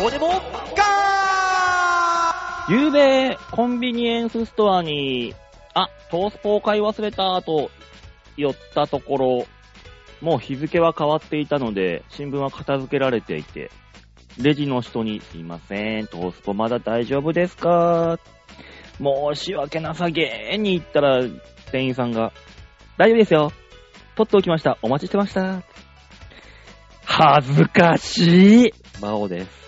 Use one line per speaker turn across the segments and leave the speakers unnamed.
どうでもガ
ゆうべ、コンビニエンスストアに、あ、トースポを買い忘れた、と、寄ったところ、もう日付は変わっていたので、新聞は片付けられていて、レジの人に、すいません、トースポまだ大丈夫ですか申し訳なさげーに言ったら、店員さんが、大丈夫ですよ。取っておきました。お待ちしてました。恥ずかしい。魔王です。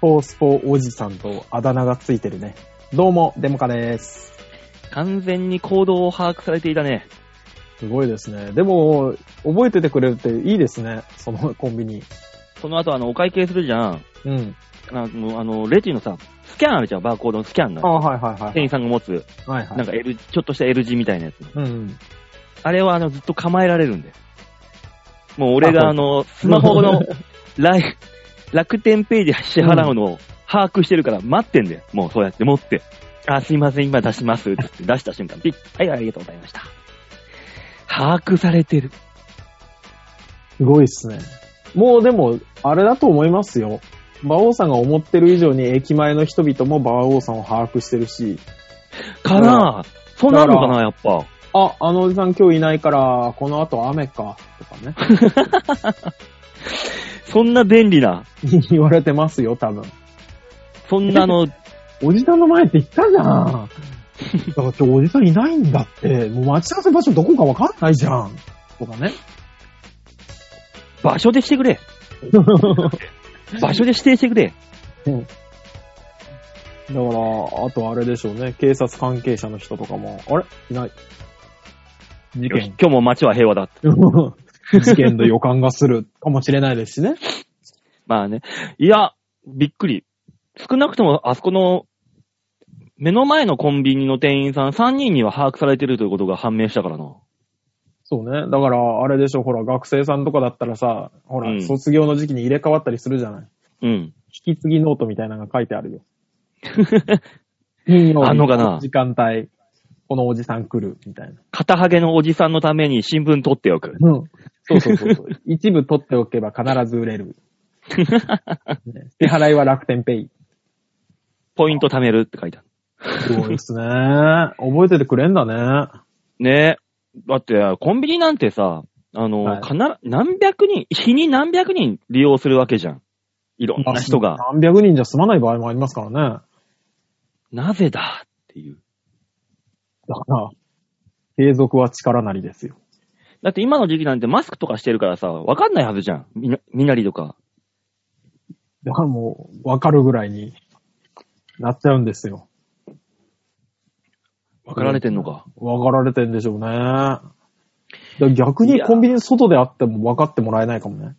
ポースポーおじさんとあだ名がついてるね。どうも、デモカです。
完全に行動を把握されていたね。
すごいですね。でも、覚えててくれるっていいですね。そのコンビニ。
その後、あの、お会計するじゃん。
うん。
あの、あのレジのさ、スキャンあるじゃん、バーコードのスキャン
あ
が。
はいはいは
店員
い。
さんが持つ、
はいはい。
なんか L、ちょっとした L 字みたいなやつ。
うん。
あれは、あの、ずっと構えられるんだよ。もう俺が、
あ
あの、スマホ の、ライフ、楽天ページ支払うのを把握してるから待ってんだよ。もうそうやって持って。あ、すいません、今出します。つって出した瞬間、ピッ。はい、ありがとうございました。把握されてる。
すごいっすね。もうでも、あれだと思いますよ。馬王さんが思ってる以上に駅前の人々も馬王さんを把握してるし、
かなぁ。そうなるのかな、やっぱ。
あ、あのおじさん今日いないから、この後雨か、とかね。
そんな便利な、
言われてますよ、多分。
そんなあ の、
おじさんの前って言ったじゃん。だから今日おじさんいないんだって、もう待ち合わせ場所どこかわかんないじゃん。とかね。
場所でしてくれ。場所で指定してくれ。
だから、あとあれでしょうね。警察関係者の人とかも、あれいない。事
よし今。日も街は平和だ。
事件の予感がするかもしれないですしね。
まあね。いや、びっくり。少なくともあそこの、目の前のコンビニの店員さん3人には把握されてるということが判明したからな。
そうね。だから、あれでしょ、ほら、学生さんとかだったらさ、ほら、
うん
卒業の時期に入れ替わったりするじゃない。
うん。
引き継ぎノートみたいなのが書いてあるよ。金曜日
あんのかな
時間帯、このおじさん来る、みたいな。
肩ハゲのおじさんのために新聞取っておく。
うん。 そうそうそうそう。一部取っておけば必ず売れ る。ね支払いは楽天ペイ。
ポイント貯めるって書いてある。
すごいですね。覚えててくれんだね。
ねえ。だって、コンビニなんてさ、あの、
はい
かな、何百人、日に何百人利用するわけじゃん。いろんな人が。
何百人じゃ済まない場合もありますからね。
なぜだっていう。
だから、継続は力なりですよ。
だって今の時期なんてマスクとかしてるからさ、わかんないはずじゃん。みな、みなりとか。
だからもう、わかるぐらいになっちゃうんですよ。
わかられてんのか。
わかられてんでしょうね。だから逆
い
に
や
コンビニ外であっても分かってもらえないかも ね。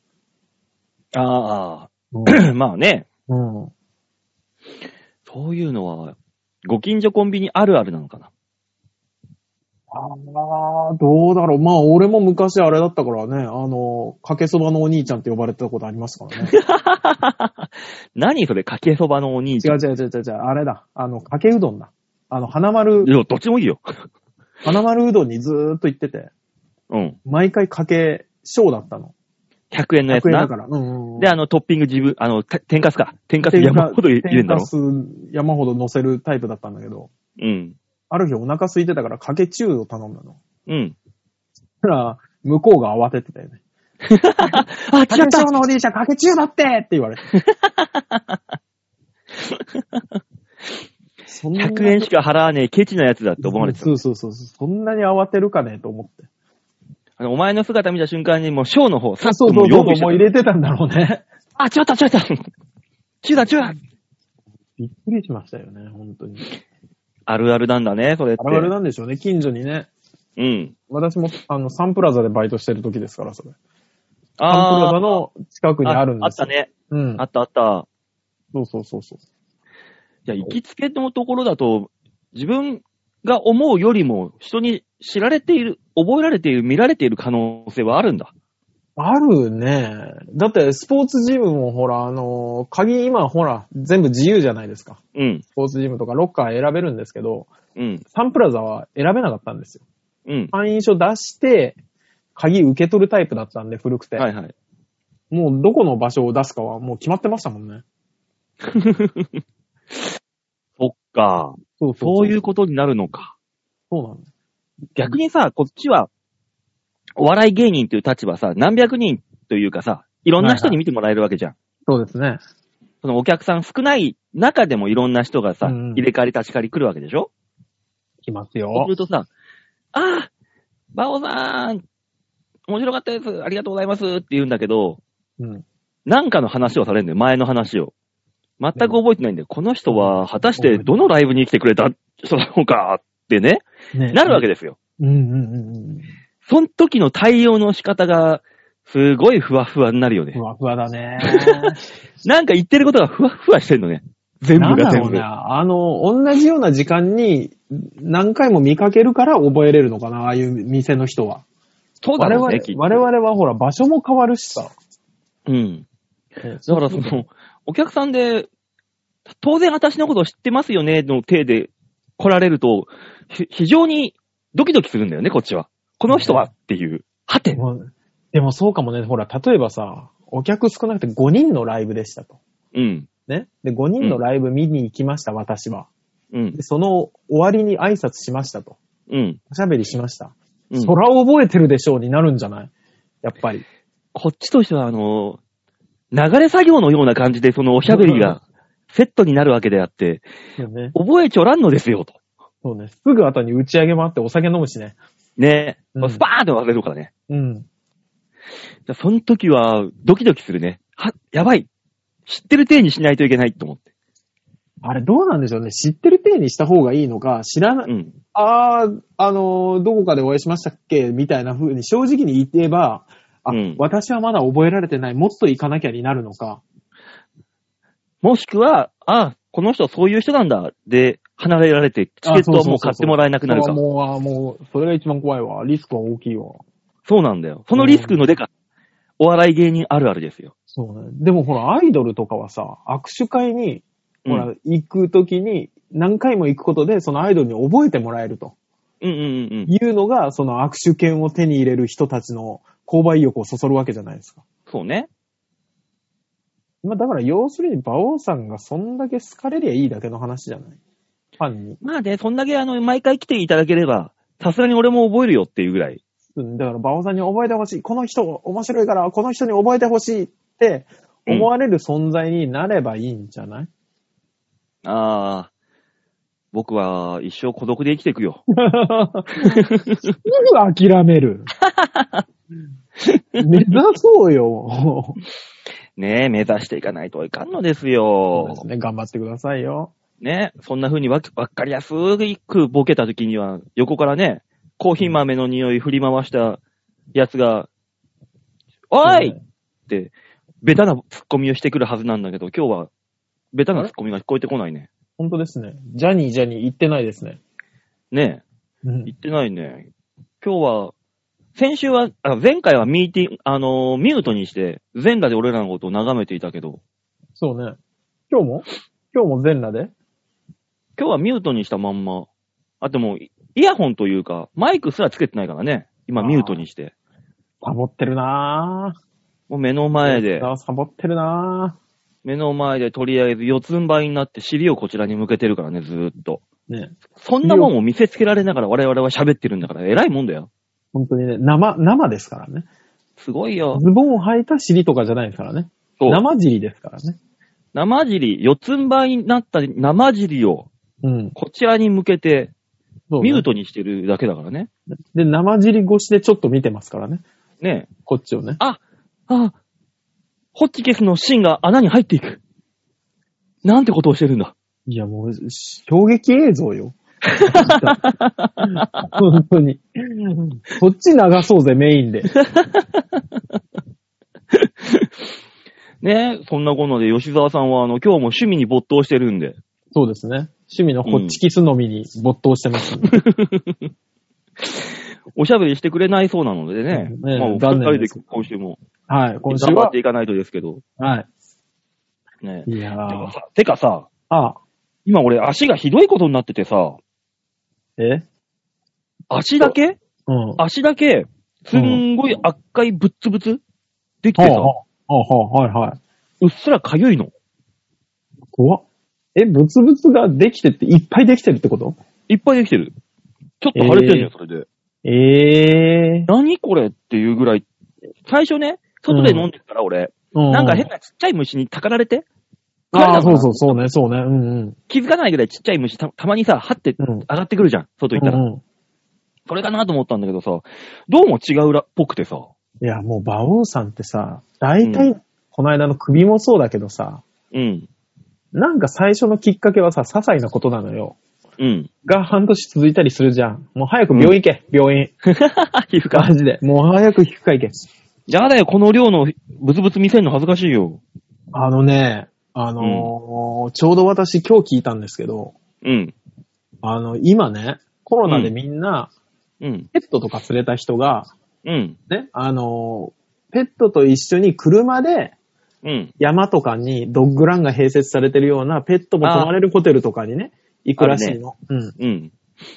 あ
う
あ。 まあね。
ん。うん
そういうのは、ご近所コンビニあるあるなのかな。
ああ、どうだろう。まあ、俺も昔あれだったからね、あの、かけそばのお兄ちゃんって呼ばれてたことありますからね。
何それ、かけそばのお兄ち
違
ゃ。
うん違う違う違う違う、あれだ。あの、かけうどんだ。あの、花丸、
いや、どっちもいいよ。
花丸うどんにずーっと行ってて、
うん。
毎回かけ、小だったの。
100円のやつ
100円だ
な
か。ら。うんうん。
で、あの、トッピング自分、あの、て天かすか。天かす
天か
山ほど入れん
天
だろ
か。す山ほど乗せるタイプだったんだけど、
うん。
ある日お腹空いてたからかけ中を頼んだの。
うん。
そしたら、向こうが慌ててたよね。
あ、違っ
かけ
た
小のお兄ちゃん、かけ中だってって言われて。そんな
!100 円しか払わねえケチなやつだって思われてた
そ。うそうそうそう。そんなに慌てるかねと思って。
あのお前の姿見た瞬間にもうショーの方、さっ
そ
と
うそ
も
う
う
そう。
用
も
意して
う入
た
れてたんだろう ね。
あ、違った違った。中だ中だ。
びっくりしましたよね、本当に。
あるあるなんだね、それって。
あれあれなんでしょうね、近所にね。
うん。
私も、あの、サンプラザでバイトしてる時ですから、それ。サンプラ
あ
ザ
ー
の近くにあるんですよ。
あったね。
うん
あ。ったあった。
そうそうそうそう。
じゃ行きつけのところだと、自分が思うよりも人に知られている、覚えられている、見られている可能性はあるんだ。
あるね。だって、スポーツジムもほら、あの、鍵今ほら、全部自由じゃないですか。
うん。
スポーツジムとかロッカー選べるんですけど、
うん。
サンプラザは選べなかったんですよ。
うん。
会員証出して、鍵受け取るタイプだったんで、古くて。
はいはい。
もうどこの場所を出すかはもう決まってましたもんね。
そっか。
そう。
そういううことになるのか。
そうなんです。
逆にさ、こっちは、お笑い芸人という立場さ、何百人というかさ、いろんな人に見てもらえるわけじゃん。
そうですね。
そのお客さん少ない中でもいろんな人がさ、
うんうん
入れ替わり立ち替わり来るわけでしょ
来ます
そう
よ
す。るとさ、ああ、バオさん、面白かったです、ありがとうございますって言うんだけど、
うん。
なんかの話をされるんだよ、前の話を。全く覚えてないんだよ。この人は、果たしてどのライブに来てくれた人なのかってね、
ね
なるわけですよ。
うんうんうんうん。
その時の対応の仕方が、すごいふわふわになるよね
ふ。わふわだね。
なんか言ってることがふわふわしてんのね。 全部
なん
が
だ
全
ろう
部。
ね。あの、同じような時間に何回も見かけるから覚えれるのかな、ああいう店の人は。
そうだ
我
ろう
々
ね、きっと
我々はほら、場所も変わるしさ。
うん。だ
だ
からその、お客さんで、当然私のこと知ってますよね、の体で来られると、ひ非常にドキドキするんだよね、こっちは。この人はっていう。はて。
でもそうかもね、ほら、例えばさ、お客少なくて5人のライブでしたと。
うん。
ね。で、5人のライブ見に行きました、私は。
うん
で、。その終わりに挨拶しましたと。
うん。
おしゃべりしました。
うん
そら覚えてるでしょうになるんじゃないやっぱり。
こっちとしては、あの、流れ作業のような感じで、そのおしゃべりがセットになるわけであって、
そうね。
覚えちょらんのですよ、と。
そうね。すぐ後に打ち上げもあってお酒飲むしね。
ね。
うん
スパーンって忘れるからね。
うん。
じゃあその時は、ドキドキするね。は、やばい。知ってる体にしないといけないと思って。
あれどうなんでしょうね。知ってる体にした方がいいのか、知らな
う
い、
ん。
あー、あのーどこかでお会いしましたっけみたいな風に正直に言えば、あ、
うん
私はまだ覚えられてない、もっと行かなきゃになるのか。
もしくは、あ、この人そういう人なんだ。で、離れられて、チケットはもう買ってもらえなくなるか。
あ
そう
もう、あもう、それが一番怖いわ。リスクは大きいわ。
なんだよ。そのリスクのでか、お笑い芸人あるあるですよ。
そうね。でもほら、アイドルとかはさ、握手会に、
うん
ほら、行くときに、何回も行くことで、そのアイドルに覚えてもらえると
うんうんうんうん。
いうのが、その握手券を手に入れる人たちの購買意欲をそそるわけじゃないですか。
そうね。
まあだから要するに馬王さんがそんだけ好かれりゃいいだけの話じゃないファンに。
まあね、そんだけあの、毎回来ていただければ、さすがに俺も覚えるよっていうぐらい。
うん、だから馬王さんに覚えてほしい。この人面白いから、この人に覚えてほしいって思われる存在になればいいんじゃない、
ああ、僕は一生孤独で生きていくよ。
すぐ諦め る。目指そうよ。
ねえ、目指していかないといかんのです
そう
よ。
ですね。頑張ってくださいよ。
ね、そんな風にわけわっかりやすくボケた時には、横からね、コーヒー豆の匂い振り回したやつが、おい
そうね
って、ベタなツッコミをしてくるはずなんだけど、今日は、ベタなツッコミが聞こえてこないね。
本当ですね。ジャニージャニー言ってないですね。
ね
うん
え、言ってないね。今日は、先週は、あ前回はミーティング、あのーミュートにして、全裸で俺らのことを眺めていたけど、
そうね。今日も今日も全裸で
今日はミュートにしたまんま、あ、でも、イヤホンというか、マイクすらつけてないからね、今ミュートにして。
サボってるなぁ。
もう目の前で、
サボってるな
目の前でとりあえず四つん這いになって尻をこちらに向けてるからね、ずーっと。
ぁ。ね。
そんなもんを見せつけられながら我々は喋ってるんだから、偉いもんだよ。
本当にね、生、生ですからね。
すごいよ。
ズボンを履いた尻とかじゃないですからね。
そう
生尻ですからね。
生尻、四つん這いになった生尻を
うん。
こちらに向けて、
そうね
ミュートにしてるだけだからね。
で、生尻越しでちょっと見てますからね。
ねえ。
こっちをね。
あ、あ、ホッチキスの芯が穴に入っていく。なんてことをしてるんだ。
いや、もう、し衝撃映像 よ。本当に。こっち流そうぜ、メインで。
ねえ、そんなこんなで吉沢さんはあの、今日も趣味に没頭してるんで。
そうですね。趣味のホッチキスのみに没頭してます、
おしゃべりしてくれないそうなのでね。
ね
まあ、お
残念
二人
で
です今週も
はい、今週
頑張っ
は
て。いかないとですけど。
はい。
ね。て
いやー
か。さ、てかさ
あ、
今俺足がひどいことになっててさ、
え
足だけ
うん。
足だけ、すんごい赤いぶっつぶつできて
は
さ、
あはあははいは
うっすらかゆいの。
い。怖っ。え、ブツブツができてって、いっぱいできてるってこと
いっぱいできてる。ちょっと腫れてるじゃん、
え
それで。
ええ
何これっていうぐらい。最初ね、外で飲んでるから、俺。
ー。
なんか変なちっちゃい虫にたかられて。
ああ、
食わ
そうそ
れたのかな
う、そうね、そうね。うんうん。
気づかないぐらいちっちゃい虫た、たまにさ、はって
うん。
上がってくるじゃん、外行ったら。
うんうん
それかなと思ったんだけどさ、どうも違うらっぽくてさ。
いや、もう、馬王さんってさ、大体、この間の首もそうだけどさ、
うん。
なんか最初のきっかけはさ、些細なことなのよ。
うん。
が半年続いたりするじゃん。もう早く病院行け、病院。
皮膚科
マ。ジで。もう早く皮膚科行け。
やだよ、この量のブツブツ見せんの恥ずかしいよ。
あのね、あのーちょうど私今日聞いたんですけど、
うん。
あの、今ね、コロナでみんな、
うん。
ペットとか連れた人が、
うん。
ね、あのーペットと一緒に車で
うん。
山とかにドッグランが併設されてるようなペットも泊まれるホテルとかにね、行くらしいの。うん。
うん。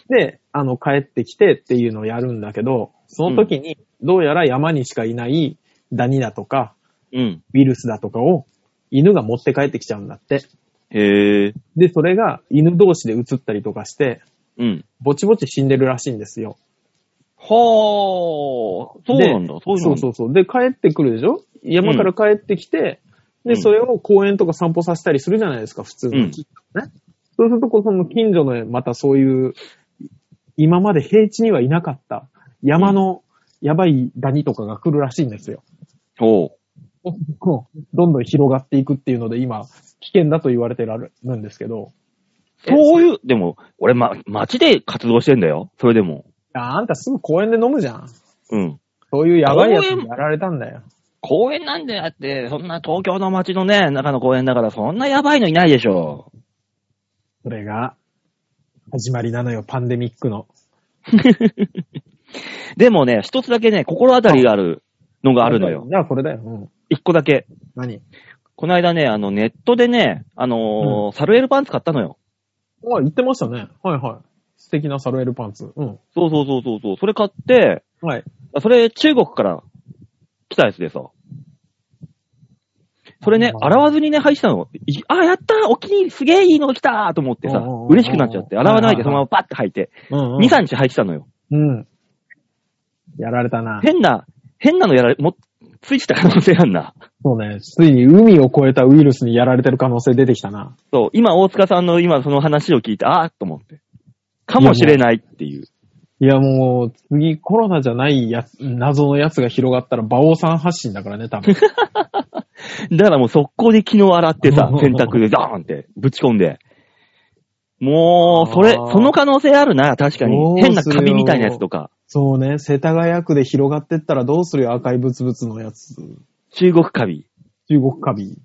で、あの、帰ってきてっていうのをやるんだけど、その時に、どうやら山にしかいないダニだとか、
うん。
ウイルスだとかを犬が持って帰ってきちゃうんだって。
へえ。
で、それが犬同士で移ったりとかして、
うん。
ぼちぼち死んでるらしいんですよ。
はあ。そうなんだ。そういうの
そうそうそう。で、帰ってくるでしょ山から帰ってきて、
うん
で、それを公園とか散歩させたりするじゃないですか、普通の近所のね。そうすると、こうその近所の、またそういう、今まで平地にはいなかった山のやばいダニとかが来るらしいんですよ。
ほう。
こうどんどん広がっていくっていうので、今、危険だと言われてるんですけど。
そういう、でも、俺、ま、街で活動してんだよ。それでも。
ああんたすぐ公園で飲むじゃん。
うん。
そういうやばいやつ
公園
にやられたんだよ。
公園なんであって、そんな東京の街のね、中の公園だから、そんなやばいのいないでしょ。
それが、始まりなのよ、パンデミックの。
でもね、一つだけね、心当たりがあるのがあるのよ。
じゃあこれだよ。うん。
一個だけ。
何
この間ね、あの、ネットでね、あのーサルエルパンツ買ったのよ。
あ、言ってましたね。はいはい。素敵なサルエルパンツ。うん。
そうそうそうそうそう。それ買って、
はい。
あそれ中国から来たやつでさ。それね、
まあ
洗わずにね、入ってたの。いあ、やったーお気に入りすげえいいの来たーと思ってさ
おうおうおうお、う
嬉しくなっちゃって、洗わないで
は
そ
いはいは
のままパッて履いて、
うん、
2、3日履いてたのよ。
うん。やられたな。
変な、変なのやられ、も、ついてた可能性あんな。
そうね。ついに海を越えたウイルスにやられてる可能性出てきたな。
そう、今大塚さんの今その話を聞いて、あーっと思って。かもしれないっていう。
いやもう、次コロナじゃないやつ、謎のやつが広がったら、馬王さん発信だからね、多 分。、
だからもう速攻で昨日洗ってさ洗濯でダーンってぶち込んで。もう、それ、
あー
その可能性あるな、確か
どう
に。
するよ
変なカビみたいなやつとか。
そうね。世田谷区で広がってったらどうするよ、赤いブツブツのやつ。
中国カビ。
中国カビ。う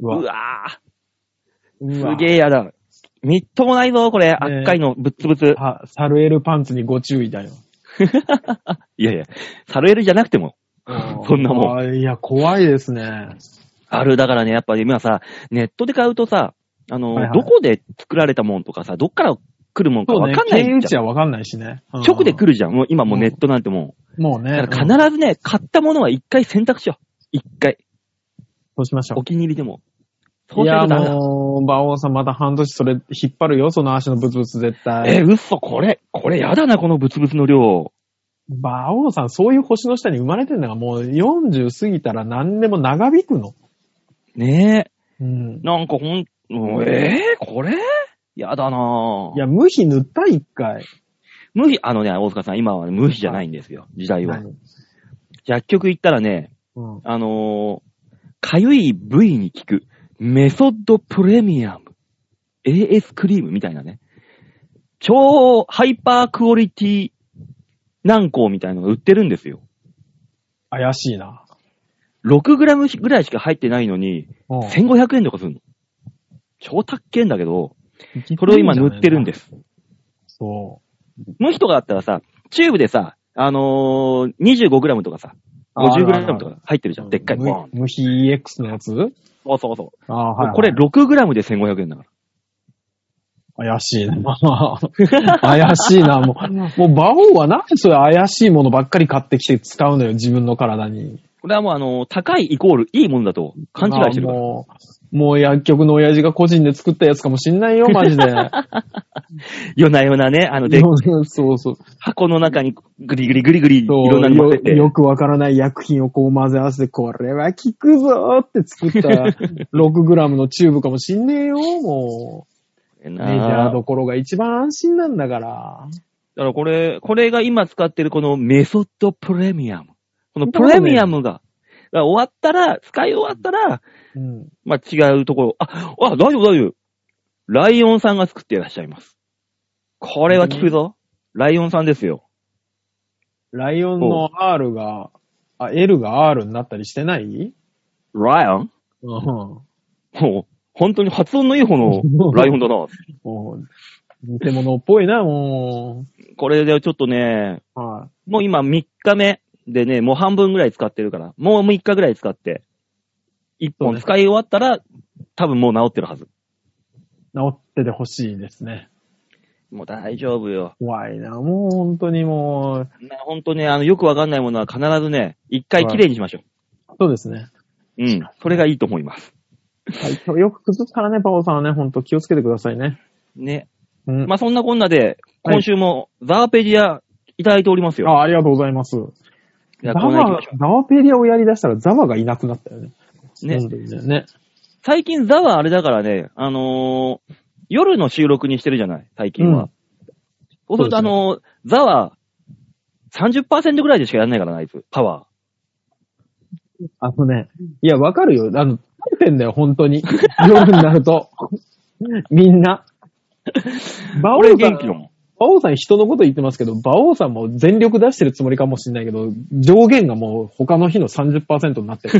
う
わ。
わ
う
ー
わ
すげえやだ。みっともないぞ、これ。赤いの、ぶっつぶつ。
はサルエルパンツにご注意だよ。
いやいや、サルエルじゃなくても。 そんなもん
ん。いや、怖いですね。
ある、だからね、やっぱ今さ、ネットで買うとさ、あの、
はいはい
どこで作られたもんとかさ、どっから来るもんか
そう
わ
ね
かん、な
経
い
由地
じゃん。
はわかんないしね。うん
直で来るじゃん。もう今もうネットなんても
もう
う。
ね。
だから必ずね、買ったものは一回選択しよう。一回。
そうしましょ
お気に入りでも。
う。
そう
い
する
や、
とダメだ。
もう、馬王さんまた半年それ引っ張るよ、その足のブツブツ絶対。
え、嘘、これ、これやだな、このブツブツの量。
馬王さん、そういう星の下に生まれてんだが、もう40過ぎたら何でも長引くの。
ねえ。
うん。
なんかほん、もうえー、これやだない
や、無比塗った一回。
無比、あのね、大塚さん、今は無比じゃないんですよ、時代は。
何
薬局行ったらね、
うん。
あのー、かゆい部位に効く、メソッドプレミアム、AS クリームみたいなね、超ハイパークオリティ軟膏みたいなのが売ってるんですよ。
怪しいな。
6グラムぐらいしか入ってないのに、
うん。。
1500円とかするの。超高っけんだけど、これを今塗ってるんですす。
そ
無比とかだったらさ、チューブでさ、あのー、25グラムとかさ、
あー
50グラムとか入ってるじ
う
ゃん。でっかい、ボーン。
無無比 EX のやつ
そうそうそ
ああ、
う。
はい。
これ6グラムで1500円だから。
怪しいな。怪しいな。もう、もう、馬王はなんでそういう怪しいものばっかり買ってきて使うのよ、自分の体に。
ここれはもうあの、高いイコールいいもんだと勘違いしてる
まあ
から。
もう、もう薬局の親父が個人で作ったやつかもしんない よ、マジで。
夜な夜なね、あの、で、
そうそう。
箱の中にぐりぐりぐりぐりい
そう
ろんなの乗せて。
よよくわからない薬品をこう混ぜ合わせて、これは効くぞーって作った 6グラムのチューブかもしんねえよ、も
ええ
う。
な
メジャーどころが一番安心なんだから。
だからこれ、これが今使ってるこのメソッドプレミアム。このプレミアムが、だから終わったら、使い終わったら、
うん。
まあ、違うところ。あ、あ、大丈夫大丈夫。ライオンさんが作っていらっしゃいます。これは効くぞ。ライオンさんですよ。
ライオンの R が、あ、L が R になったりしてない
ライオン
うん。
もう、本当に発音のいい方 のライオンだな。
もう、偽物っぽいな、も
これでちょっとね、
う。は
もう今3日目でね、もう半分ぐらい使ってるから、もう3日ぐらい使って、1
そう
本
ね
使い終わったら、多分もう治ってるはず。
い。治っててほしいですね。
もう大丈夫よ。
怖いな、もう本当にもう。
ね本当ね、あの、よくわかんないものは必ずね、一回
はい
きれいにしましょ
そうですね。
う。うん。それがいいと思います。
はい。よく崩すからね、パオさんはね、本当気をつけてくださいね。
ね。
うん。
まあ、そんなこんなで、
はい
今週もザーペディアいただいておりますよ。
あ、ありがとうございます。
じゃ
ザ
あコーナー行き
ワ
ましょ、
ザワペリアをやり出したらザワがいなくなったよね。
う。ね。
本当にね。ね
最近ザはあれだからね、あのー夜の収録にしてるじゃない、最近は。そうすると、
そうです
あ
ね
のーザは30%ぐらいでしかやんないからな、あいつ。パワ
あのね、いや、わかるよ。あの、疲れてんだよ、本当に。 夜になると。 みんな。
ー。
バオ
俺
さん、
元気だもん。
馬王さん人のこと言ってますけど、馬王さんも全力出してるつもりかもしれないけど、上限がもう他の日の30%にな ってる。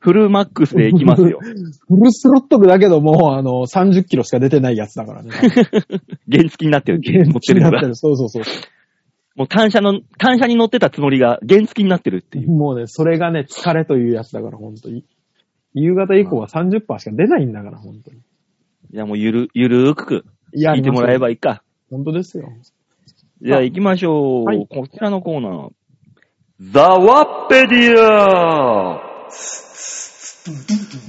フルマックスで行き ますよ。
フルスロットルだけども、あの、30キロしか出てないやつだ からね。
原付きになってる。原持ってる
や
か
って
ら。
る。そうそうそう。
もう単車の、単車に乗ってたつもりが原付きになってるっていう。
もうね、それがね、疲れというやつだから、本当に。夕方以降は30%しか出ないんだから、本当に。
じゃあもうゆる、ゆるーく、
いや
聞いてもらえば
いい。
いいか。
本当ですよ。
じゃあ行きましょう。
はい
こちらのコーナー。ザワッペディア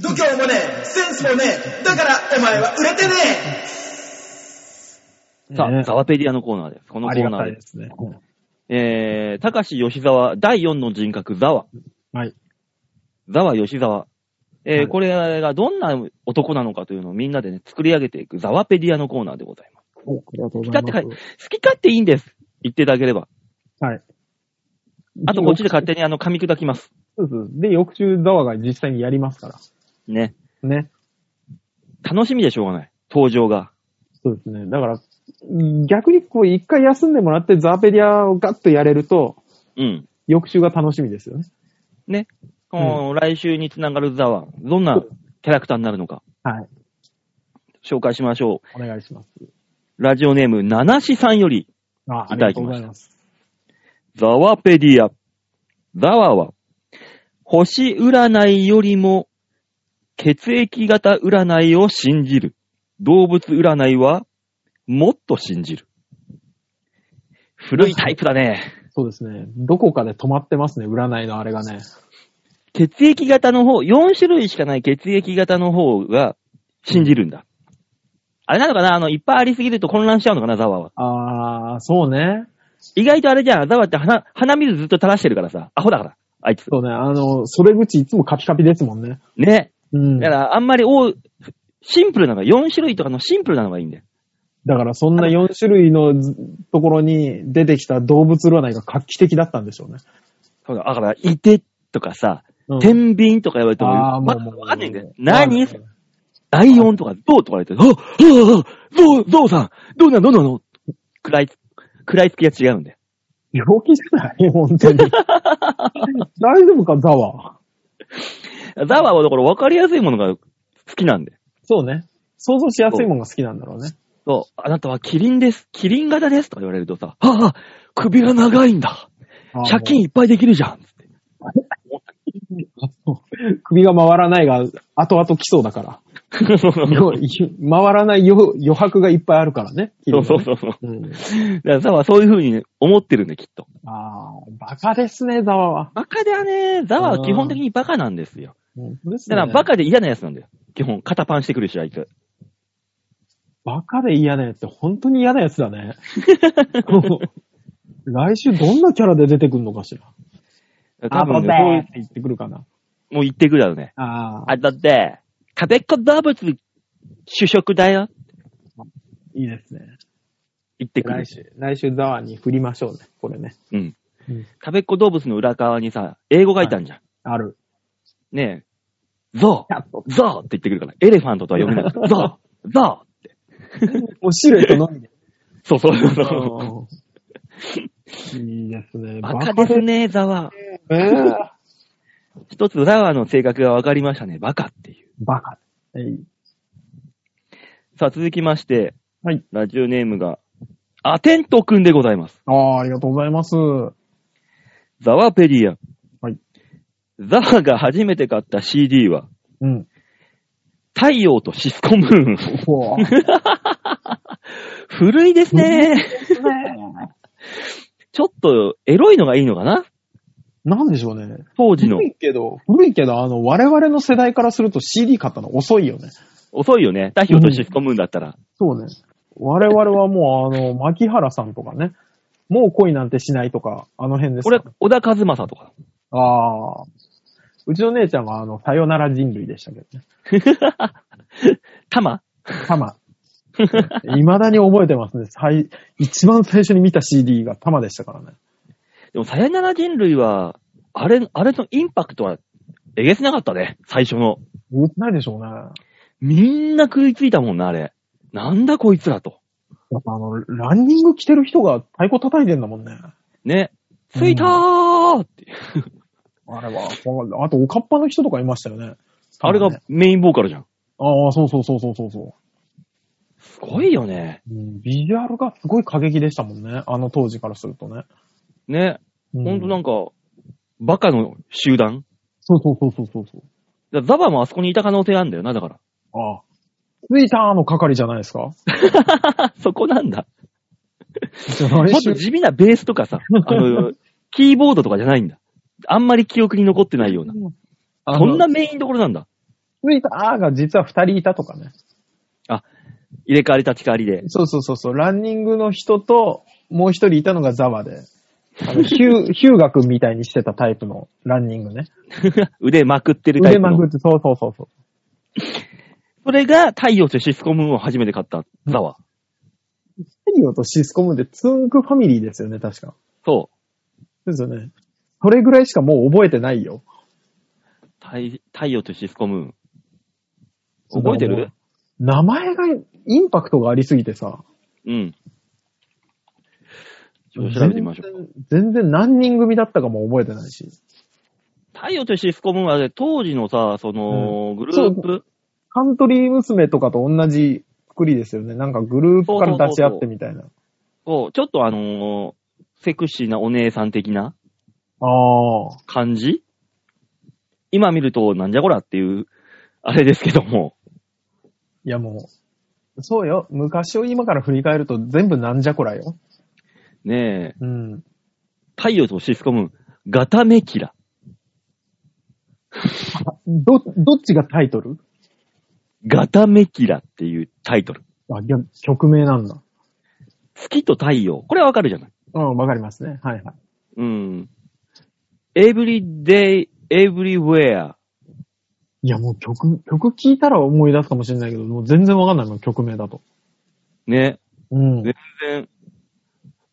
度胸もねえ、センスもねえ、だからお前は売れてねえ
さあ、
ね
ザワペディアのコーナーです。このコ
あり
ー
が
ナ
た
ー
い
で。
ですすね。
えー、高橋吉沢、第4の人格、ザワ。
はい。
ザワ吉沢。えー
はい
これがどんな男なのかというのをみんなでね、作り上げていくザワペディアのコーナーでございま
おありがとうご
す。
ざ
好
いま
き勝手書い
す。
好き勝手いいんです。言っていただければ。
はい。
あとこっちで勝手にあの、噛み砕きます。
そうそうで、翌週、ザワが実際にやりますか
ね。
ら。ね。
楽しみでしょうがない。登場が。
そうですね。だから、逆にこう、一回休んでもらって、ザーペディアをガッとやれると、
うん。
翌週が楽しみですよね。
ね。この来週につながるザワ。どんなキャラクターになるのか。
はい。
紹介しましょ
お願いします。
う。ラジオネーム、七しさんより、
あ
いただきました
ます。
ザワペディア。ザワは、星占いよりも、血液型占いを信じる。動物占いは、もっと信じる。古いタイプだね。
そうですね。どこかで止まってますね、占いのあれがね。
血液型の方、4種類しかない血液型の方が信じるんだ。あれなのかなあの、いっぱいありすぎると混乱しちゃうのかなザワは。
あー、そうね。
意外とあれじゃん。ザワって鼻、鼻水ずっと垂らしてるからさ。アホだから。あいつ。
そうね、あの、袖口いつもカピカピですもんね。
ね。
うん。
だか、
だから
あんまり多い、シンプルなのが、4種類とかのシンプルなのがいいんだよ。
らそんな4種類のずところに出てきた動物占いが画期的だったんでしょうね。
そうだ。だから、いてとかさ、
うん
天秤とか言われても、
あー、
ま
もうもう。
わかんないんだよ。
も
何
う
第四とか、どうとか言われて、あ、あ、あ、どう、どうさん、どうなの、どうなの食らい、食らいつきが違うんだよ。
病気じゃない本 当に。大丈夫か、ザワ。
ザワはだから分かりやすいものが好きなんで。
そうね。想像しやすいもんが好きなんだろうね。
そう、あなたはキリンです。キリン型ですとか言われるとさ、はあ、首が長いんだ。
あー
借金いっぱいできるじゃん。つって
あの首が回らないが、後々来そうだから。 よ回らない余余白がいっぱいあるからね。
そうそうそうそう。
うん。
だからザワそういう風にね思ってるんで、きっと。
ああ、バカですね、ザワは。
バカだね。ザワは基本的にバカなんですよ。
本当です
だ
ね
からバカで嫌なやつなんだよ。基本、肩パンしてくるし、あいつ。
バカで嫌なやつって本当に嫌なやつだね。 来週どんなキャラで出てくるのかしら。
多分ね、
あ
こ
バカ
うい
って言ってくるかな。
う、もう言ってくるだろうね。
ああ、
あ、だって、壁っ子動物、主食だよ。
いいですね。
言ってくる
来。週、来週ザワに振りましょうね、これね。
うん
うん。
壁っ子動物の裏側にさ、英語書いたんじゃん。
ある。
ねえ、ゾ
キャット
ウ、ゾウって言ってくるから、エレファントとは読め なくて、ゾウ、ゾウって。
もうシルエットの みで。
そうそうそうそう。
うんいいですね。
バカですね、ザワ。
バカですね。
一つザワの性格が分かりましたね。バカっていう。
バカ。はい
さあ、続きまして、
はい。
ラジオネームが、アテントくんでございます。
ああ、ありがとうございます。
ザワペディア。
はい。
ザワが初めて買った CD は、
うん。
太陽とシスコムーン。
ほう。
古いですね。ちょっと、エロいのがいいのかな
なんでしょうね。
当時の
古。いけど、古いけど、あの、我々の世代からすると CD 買ったの遅いよね。
遅いよね。太陽とシスコムーンだったら。
そうね。我々はもう、あの、 牧原さんとかね、もう恋なんてしないとか、あの辺です
俺
か、
小田和正とか。
ああ。うちの姉ちゃんは、あの、さよなら人類でしたけどね。
タマ
タ マ。未だに覚えてますね。最、一番最初に見た CD がタマでしたからね。
でも、さよなら人類は、あれ、あれのインパクトは、えげつなかったね。最初の。
言ってないでしょうね。
みんな食いついたもんな、あれ。なんだこいつらと。
やっぱあの、ランニング着てる人が太鼓叩いてんだもんね。
ね。ついたーって。
あれは。あと、おかっぱの人とかいましたよね。
あれがメインボーカルじゃん。
ああ、そうそうそうそうそうそ
すごいよね。
う、うんビジュアルがすごい過激でしたもんね。あの当時からするとね。
ね。
うん、
ほんとなんか、バカの集団。
そうそうそうそうそうそう。
だからザバもあそこにいた可能性あるんだよな、だから。
ああ。ツイターの係じゃないです か
あ、 そこなんだ。
じゃあ
も
来
っと
週、
地味なベースとか さ、あの、キーボードとかじゃないんだ。あんまり記憶に残ってないような。
あ
そ
の
んなメインどころなんだ。
ツイターが実は二人いたとかね。
入れ替わり立ち替わりで。
そうそうそうそう。ランニングの人と、もう一人いたのがザワで。あの、ヒ ュー、ヒューガ君みたいにしてたタイプのランニングね。
腕まくってるタイ
腕
プ
ま
の
く。って、そうそうそうそう。
それが太陽とシスコムーンを初めて買ったザワ。
ヘリオとシスコムでツンクファミリーですよね、確か。
そ
ですよね。それぐらいしかもう覚えてないよ。
う。太太陽とシスコムーン。覚えてる
名前が、インパクトがありすぎてさ。
うん。ちょっと調べてみましょう。
全然全然何人組だったかも覚えてないし。
太陽とシスコムーンはね当時のさ、その、グループ、
カントリー娘とかと同じ作りですよね。なんかグループから出し合ってみたいな。
をちょっとあのーセクシーなお姉さん的な
ああ。
感じ今見ると、なんじゃこらっていう、あれですけども。
いやもう、そうよ。昔を今から振り返ると全部なんじゃこらよ。
ねえ、
うん。
太陽とシスコムーン、ガタメキラ。
ど、どっちがタイトル
ガタメキラっていうタイトル。
あ、いや曲名なんだ。
月と太陽。これはわかるじゃない。
うん、わかりますね。はいはい。
うん。every day, everywhere.
いや、もう曲、曲聴いたら思い出すかもしれないけど、もう全然わかんないもん、曲名だと。
ね。
うん。
全然。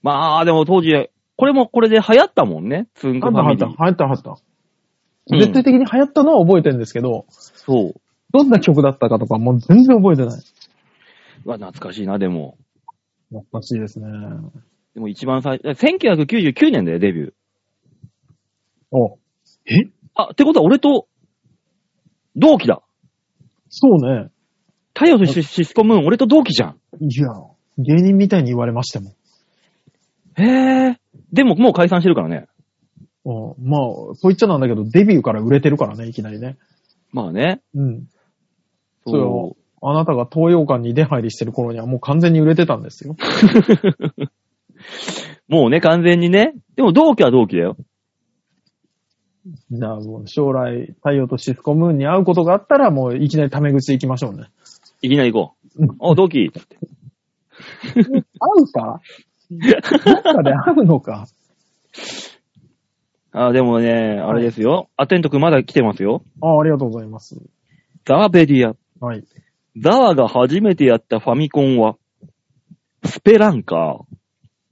まあ、でも当時、これもこれで流行ったもんね。ツンク
あっ
フ
た、あ
ァ
っ
ミリ
た、
ー
流。行った、流行った。
うん
絶対的に流行ったのは覚えてるんですけど、
そう。
どんな曲だったかとかもう全然覚えてない。
うわ、懐かしいな、でも。
懐かしいですね。
でも一番最初、1999年だよ、デビュー。
おえ
あ、ってことは俺と、同期だ。
そうね。
太陽とシシスコムーン、俺と同期じゃん。
いや、芸人みたいに言われましても。
へえ。でももう解散してるからね。
うん、まあ、そう言っちゃなんだけど、デビューから売れてるからね、いきなりね。
まあね。
うん。それ
そ
を、あなたが東洋館に出入りしてる頃にはもう完全に売れてたんですよ。
う。 もうね、完全にね。でも同期は同期だよ。
じゃあもう将来、太陽とシスコムーンに会うことがあったら、もういきなりタメ口で行きましょうね。
いきなり行こう
うん。
お、同期。
会う かどっかで会うのか。
あ、でもね、あれですよ。アテント君まだ来てますよ。
あありがとうございます。
ザワベディア。
はい。
ザワが初めてやったファミコンは、スペランカー。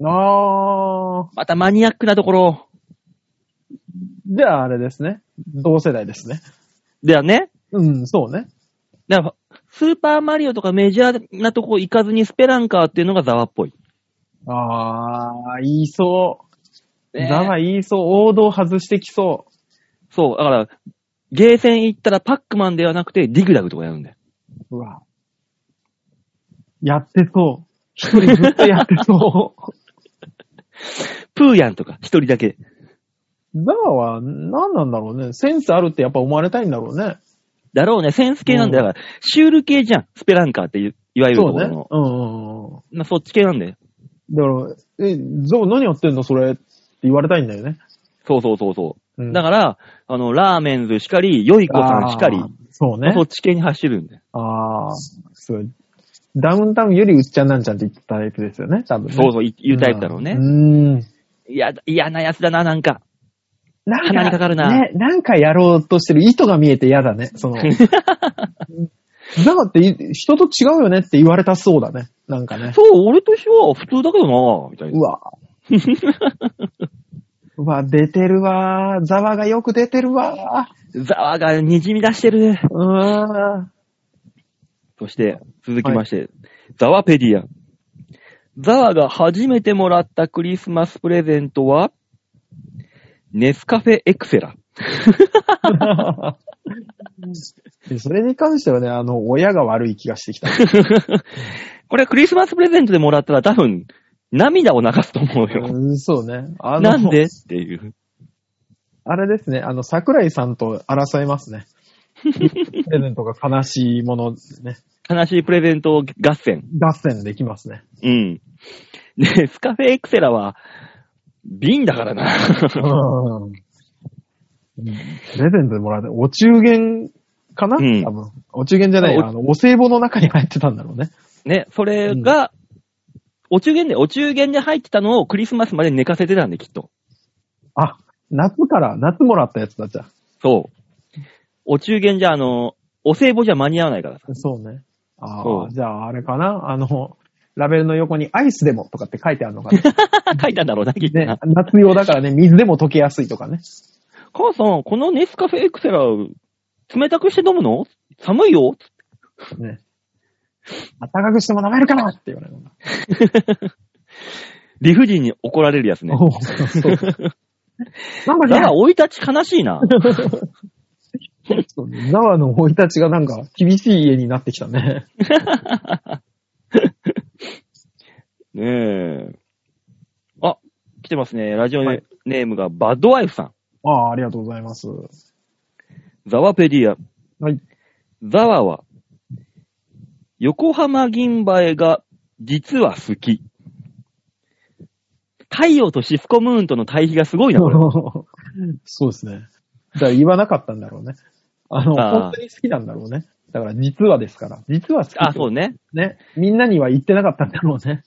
あー、
またマニアックなところ。
じゃああれですね。同世代ですね。
だよね。
うん、そうね。
だからスーパーマリオとかメジャーなとこ行かずにスペランカーっていうのがザワっぽい。
あー、言いそう。
ねえ
だが言いそう。王道外してきそ
そう。だから、ゲーセン行ったらパックマンではなくてディグダグとかやるんだよ。
う。うわ。やってそう。一人ずっとやってそう。
プーヤンとか、一人だけ。
ザワは何なんだろうね。センスあるってやっぱ思われたいんだろうね。
だろうね、センス系なんだよ。だから、シュール系じゃん。スペランカーっていう、いわゆる
そ
と
う
こ
ね。
ろ
うん
の。
うんうん。
まあ、そっち系なんだよ。
だから、え、ゾウ何やってんのそれって言われたいんだよね。
そうそうそうそうう。
ん
だから、あの、ラーメンズしかり、ヨイコさんしかり
あ、ーそうね
そ。っち系に走るんだよ。
ああ、すごい。ダウンタウンよりうっちゃんなんちゃんって言ってたタイプですよね、多分、ね。
そうそう、い言うタイプだろうね
う。ん。うん
いや、嫌なやつだな、なんか。
なん
鼻にかかるな
ね、なんかやろうとしてる意図が見えて嫌だね、 その。ザワってい人と違うよねって言われたそうだね。なんかね。
そう、俺としては普通だけどな、みたいうな。
わ。うわ、出てるわ。ザワがよく出てるわ。
ザワが滲み出してる。
うー ん。
そして、続きまして、ザワペディア。ザワが初めてもらったクリスマスプレゼントは、ネスカフェエクセラ。
それに関してはね、あの、親が悪い気がして きた。
これクリスマスプレゼントでもらったら多分、涙を流すと思うよ。
うんそうね。あの、
なんでっていう。
あれですね、あの、桜井さんと争いますね。プレゼントが悲しいものですね。
悲しいプレゼント合戦。
合戦できますね。
うん。ネスカフェエクセラは、瓶だからな。
うん。プレゼントでもらって、お中元かな、
うん
多分。お中元じゃない、
あお
あの、お歳暮の中に入ってたんだろうね。
ね、それが、お中元で、お中元で入ってたのをクリスマスまで寝かせてたんで、きっと。
あ、夏から、夏もらったやつだじゃ
そう。お中元じゃ、あの、お歳暮じゃ間に合わないからさ。
ん。そうね。あ
そ
あ、
う
じゃああれかなあの、ラベルの横にアイスでもとかって書いてあるのかな
書いたんだろうな、きっと
ね
な。、
夏用だからね、水でも溶けやすいとかね。
母さん、このネスカフェエクセラ、冷たくして飲むの寒いよ
ね。暖かくしても飲めるかなって言われるのが。
理不尽に怒られるやつね。
おうそう なんか
だか
ね
ら、、生い立ち悲しいな。
ナワの生い立ちがなんか厳しい家になってきたね。
ねえ。あ、来てますね。ラジオ
はい
ネームがバッドワイフさん。
ああ、ありがとうございます。は
ザワペディア。
い。
ザワは、横浜銀バエが実は好き。太陽とシスコムーンとの対比がすご いな、これ。
そうですね。だから言わなかったんだろうね。あの、
ああ
本当に好きなんだろうね。だから実はですから。実は好き
あ、そう
ね。
ね。
ね。みんなには言ってなかったんだろう ね。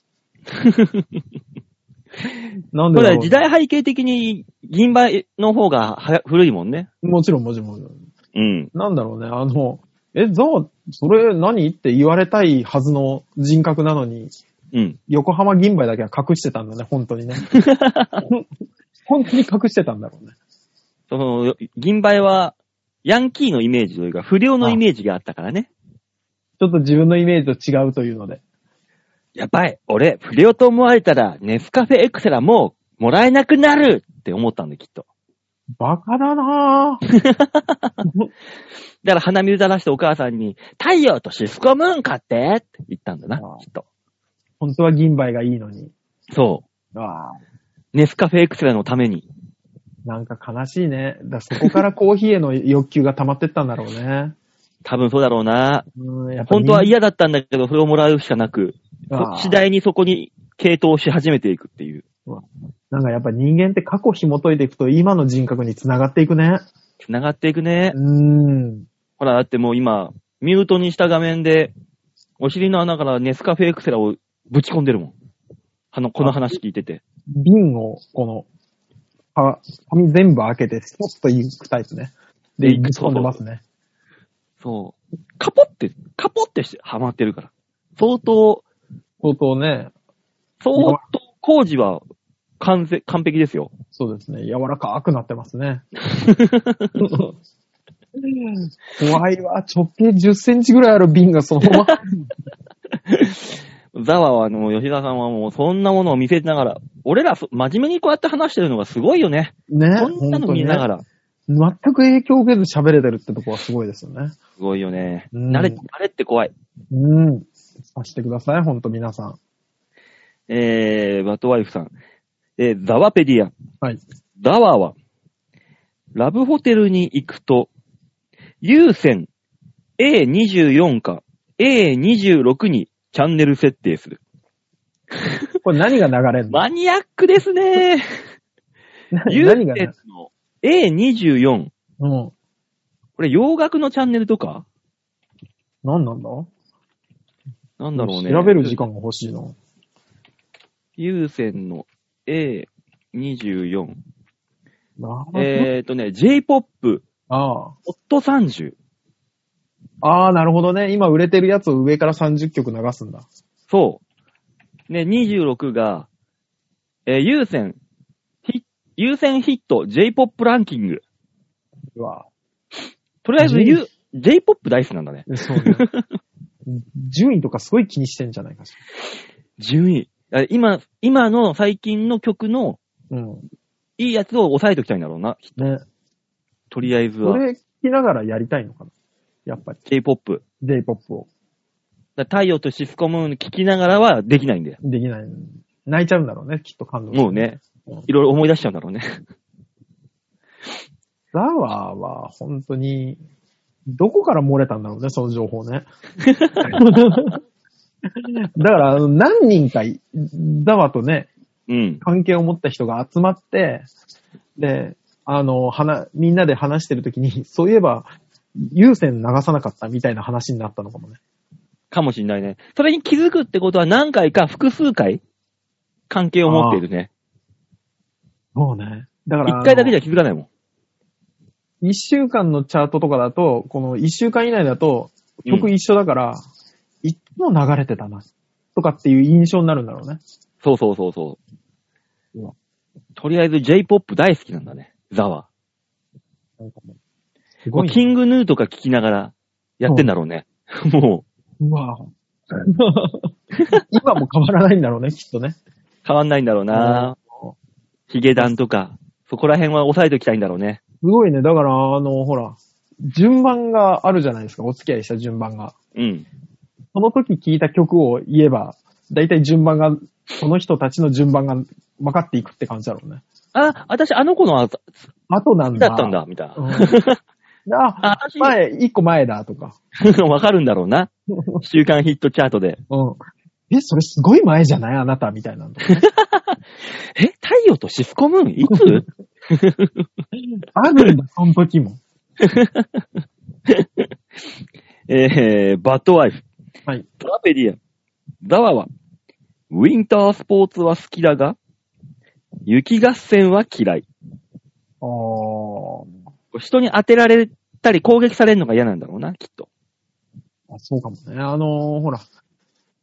なん
そ
でだ
れ
ろ
は
う
時代背景的に銀バエの方がは古いもんね。
もちろん、もちろんもちろん。
うん。
なんだろうね、あの、え、ザワ、それ何って言われたいはずの人格なのに、
うん。
横浜銀杯だけは隠してたんだね、本当 にね。本当に隠してたんだろうね。
その、銀バエは、ヤンキーのイメージというか、不良のイメージがあったからね。
ちょっと自分のイメージと違うというので。
やばい、俺、不良と思われたら、ネスカフェエクセラもう、もらえなくなるって思ったんだ、きっと。
バカだなぁ。
だから鼻水垂らしてお母さんに、太陽とシスコムーン買ってって言ったんだな
ああ、
きっと。
本当は銀杯がいいのに。
そ
ああ。
う。ネスカフェエクセラのために。
なんか悲しいね。だからそこからコーヒーへの欲求が溜まってったんだろうね。
多分そうだろうな。
うん、やっぱ
本当は
みん
嫌だったんだけど、それをもらうしかなく、
あー
次第にそこに傾倒し始めていくっていう。
なんかやっぱ人間って過去紐解いていくと今の人格に繋がっていくね。
繋がっていくね
う。ん。
ほら、だってもう今、ミュートにした画面で、お尻の穴からネスカフェエクセラをぶち込んでるもん。あの、この話聞いてて。
瓶を、この、は、紙全部開けて、スポッと行くタイプね。で、
行
行
く
く飛んでますね。
そう。カポって、カポってしてハマってるから。相当、
相当ね、
相当工事は完全、完璧ですよ。
そうですね、柔らかくなってますね。怖いわ、直径10センチぐらいある瓶がその まま。
ザワは、あの、吉田さんはもうそんなものを見せながら、俺らそ真面目にこうやって話してるのがすごいよね。
ね、
そんなの見なが
ら。
ら。
全く影響を受けず喋れてるってとこはすごいですよね。
すごいよね。
うん
慣れ、慣れって怖い。
うん。さしてください、ほんと皆さん。
えー、バトワイフさん。えー、ザワペディア。
はい。
ザワは、ラブホテルに行くと、有線 A24 か A26 にチャンネル設定する。
これ何が流れるの
マニアックですね。有
何が
線
ね、
の A24。
うん。
これ洋楽のチャンネルとか
何なんだ
なんだろうね。
調べる時間が欲しいの。
有線の A24。
なる
えーとね、J-POP、
ああ。
ホット30。
ああ、なるほどね。今売れてるやつを上から30曲流すんだ。
そう。ね、26が、えー優先、ヒ優先ヒット J-POP ランキング。
うわ
とりあえず、ゆ J-POP 大好きなんだね。
そうね。順位とかすごい気にしてんじゃないかし
順位。あ今、今の最近の曲の
ら。うん。
いいやつを抑えときたいんだろうな。
ね。
とりあえず
こ
は。
れ聞きながらやりたいのかなやっぱり。
J-POP。
J-POP を。
だから太陽とシスコムーン聞きながらはできないんだよ。
できない。泣いちゃうんだろうね、きっと感動。
もう。ね
うん。
いろいろ思い出しちゃうんだろうね。
ザワーは本当に、どこから漏れたんだろうね、その情報 ね。だから、あの何人かい、ザワーとね、
うん。
関係を持った人が集まって、で、あの、話、みんなで話してるときに、 そういえば、優先流さなかったみたいな話になったのかもね。
かもしんないね。それに気づくってことは何回か複数回関係を持っているね。
そうね。だから、
一回だけじ
ゃ
ゃ気づかないもん。
一週間のチャートとかだと、この一週間以内だと、
う
曲
ん
一緒だから、いつも流れてたな、とかっていう印象になるんだろうね。
そうそうそうそう
わ
う。とりあえず J-POP 大好きなんだね。ザワ。
なんかもうす
も
ご
う
いね、
キングヌーとか聞きながらやってんだろうね。 もう、
うわぁ 今も変わらないんだろうね、きっとね。
変わんないんだろうな。ヒゲダンとか、そこら辺は抑えておきたいんだろうね。
すごいね。だから、あの、ほら、順番があるじゃないですか。お付き合いした順番が。
うん。
その時聴いた曲を言えば、だいたい順番が、その人たちの順番が分かっていくって感じだろうね。
あ、私あの子のあ
あとなんだ。
だったん。だ、みたい
うん
な。、
あ、
あ、私、
前、一個前だとか。
わかるんだろうな。週刊ヒットチャートで。
うん。え、それすごい前じゃないあなたみたいなの。
え、太陽とシスコムーンいつ
あるんだ、その時も。
えー、バッドワイフ。
はい。
トラペディア。ザワは、ウィンタースポーツは好きだが、雪合戦は嫌い。
あー
人に当てられたり攻撃されるのが嫌なんだろうな、きっと。
あ、そうかもね。あのーほら、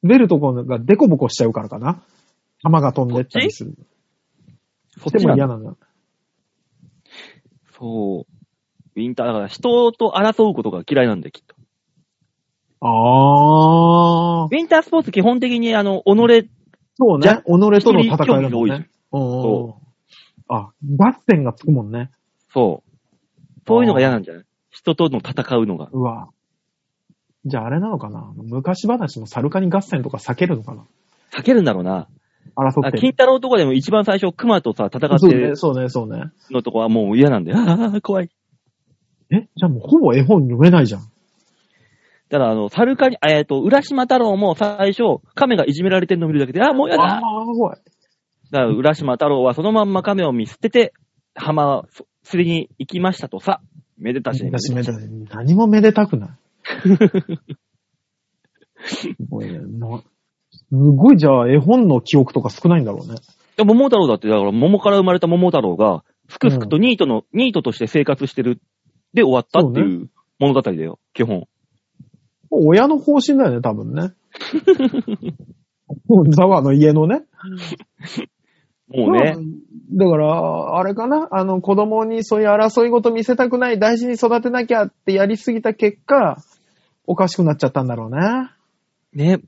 滑るところがデコボコしちゃうからかな。弾が飛んでったりする。
そ
で
っち
も
なんだ
嫌なんだ。
そう。ウィンターだから人と争うことが嫌いなんだよ、きっと。
ああ。
ウィンタースポーツ基本的にあの、己、
そう
じゃ
ね。己との戦いだ
一
も
人興味
ん
が多い
ね。うんうんうん。あ、合戦がつくもんね。
そう。そういうのが嫌なんじゃない人との戦うのが。
うわ。じゃああれなのかな昔話のサルカニ合戦とか避けるのかな
避けるんだろうな。
争
あ
ってる。
金太郎とかでも一番最初、熊とさ、戦っ
そう
て
ね、
る
そうね、そうね。
のとこはもう嫌なんだよ。ああ、怖い。
え、じゃあもうほぼ絵本読めないじゃん。
ただ、あの、猿かに、えっ、と、浦島太郎も最初、亀がいじめられてるの見るだけで、ああ、もう嫌だ
ああ、怖い。
だから、浦島太郎はそのまんま亀を見捨てて、浜釣りに行きましたとさ、めでたしね。
私めでたい何もめでたく ない。すごいね。なすごい、じゃあ、絵本の記憶とか少ないんだろうね。
でも桃太郎だって、だから桃から生まれた桃太郎が、すくすくとニートの、ニートとして生活してる、で終わったっていう物語だよ、基本。
もう親の方針だよね、多分 ね。もうザワの家のね。
もうね。
だから、あれかなあの、子供にそういう争い事見せたくない、大事に育てなきゃってやりすぎた結果、おかしくなっちゃったんだろうね。
ね。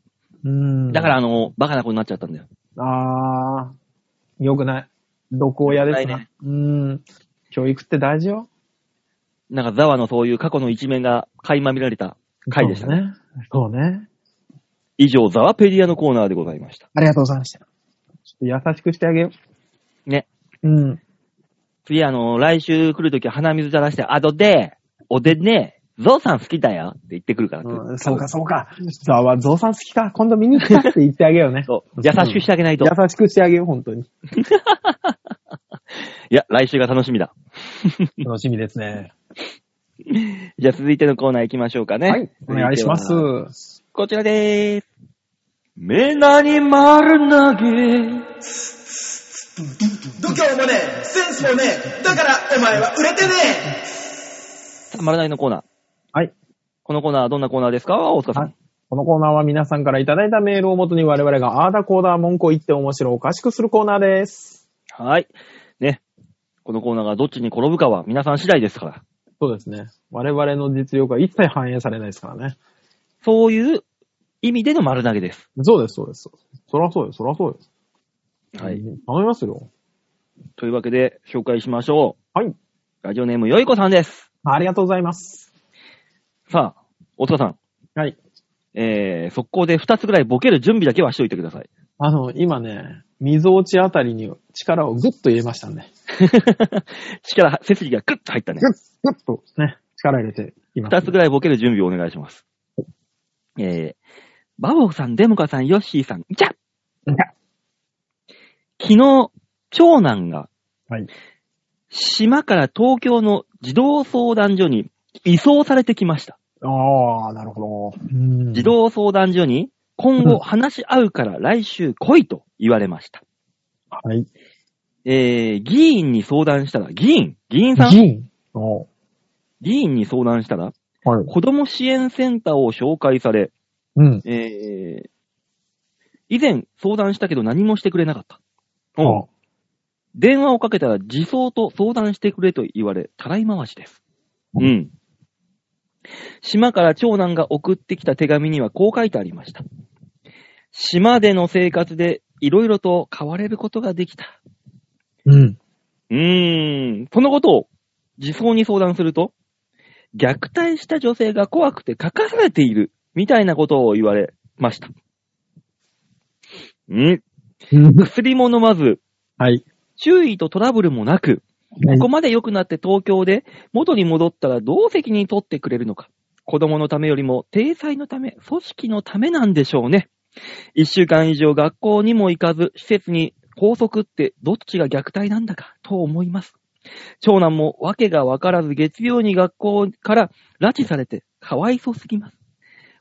うん。
だから、あの、バカな子になっちゃったんだよ。
あー、よくない。毒親です
良く
な。
ないね
うん。教育って大事よ。
なんか、ザワのそういう過去の一面が垣間見られた回でしたね。
ね。そうね。
以上、ザワペディアのコーナーでございました。
ありがとうございました。ちょっと優しくしてあげよう。
ね。
うん。
次、あの、来週来るときは鼻水垂らして、あとで、おでね、ゾウさん好きだよって言ってくるから。。
うんそうか、そうか。ザワ、ゾウさん好きか。今度見に行きたって言ってあげようね
そう。優しくしてあげないと。
優しくしてあげよう、本当に。
いや、来週が楽しみだ。
楽しみですね。
じゃあ続いてのコーナー行きましょうかね。
はい、お願いします
続。てはこちらでーす。メナに丸投げ。
度胸もねえセンスもねえだからお前は売れてね
さあ丸投げのコーナー。
はい。
このコーナーはどんなコーナーですか大塚さん。
はいこのコーナーは皆さんからいただいたメールをもとに我々があーだこーだ文句を言って面白おかしくするコーナーです。
はい。ね。このコーナーがどっちに転ぶかは皆さん次第ですから。
そうですね。我々の実力は一切反映されないですからね。
そういう意味での丸投げです。
そうです、そうです。そらそうです、そらそうです。
はい。。
頼みますよ。
というわけで紹介しましょ
はい。
う。ラジオネームよいこさんです。
ありがとうございます。
さあ、大塚さん。
はい。
えー、速攻で2つぐらいボケる準備だけはしといてください。
あの、今ね、溝落ちあたりに力をぐっと入れましたんで。
力、背筋がグッと入ったね。
ぐっ、ぐっとね、力入れています。
二つぐらいボケる準備をお願いします。えー、バボさん、デモカさん、ヨッシーさん、じゃ
んじゃ
昨日、長男が、
はい
島から東京の児童相談所に移送されてきました。
ああ、なるほど。うん
児童相談所に、今後話し合うから来週来いと言われました。
はい。
えー、議員に相談したら、議員議員さん
議員お
議員に相談したら、
はい。
子供支援センターを紹介され、
うん。
えー以前相談したけど何もしてくれなかった。
あ
電話をかけたら自走と相談してくれと言われ、たらい回しです。うん。島から長男が送ってきた手紙にはこう書いてありました。島での生活でいろいろと変われることができた。
うん。
うーん。そのことを自走に相談すると、虐待した女性が怖くて書かされている、みたいなことを言われました。うん。薬も飲まず、
はい。
注意とトラブルもなく、ここまで良くなって東京で元に戻ったらどう責任取ってくれるのか。子供のためよりも、体裁のため、組織のためなんでしょうね。一週間以上学校にも行かず、施設に拘束ってどっちが虐待なんだか、と思います。長男も訳がわからず月曜に学校から拉致されて、かわいそうすぎます。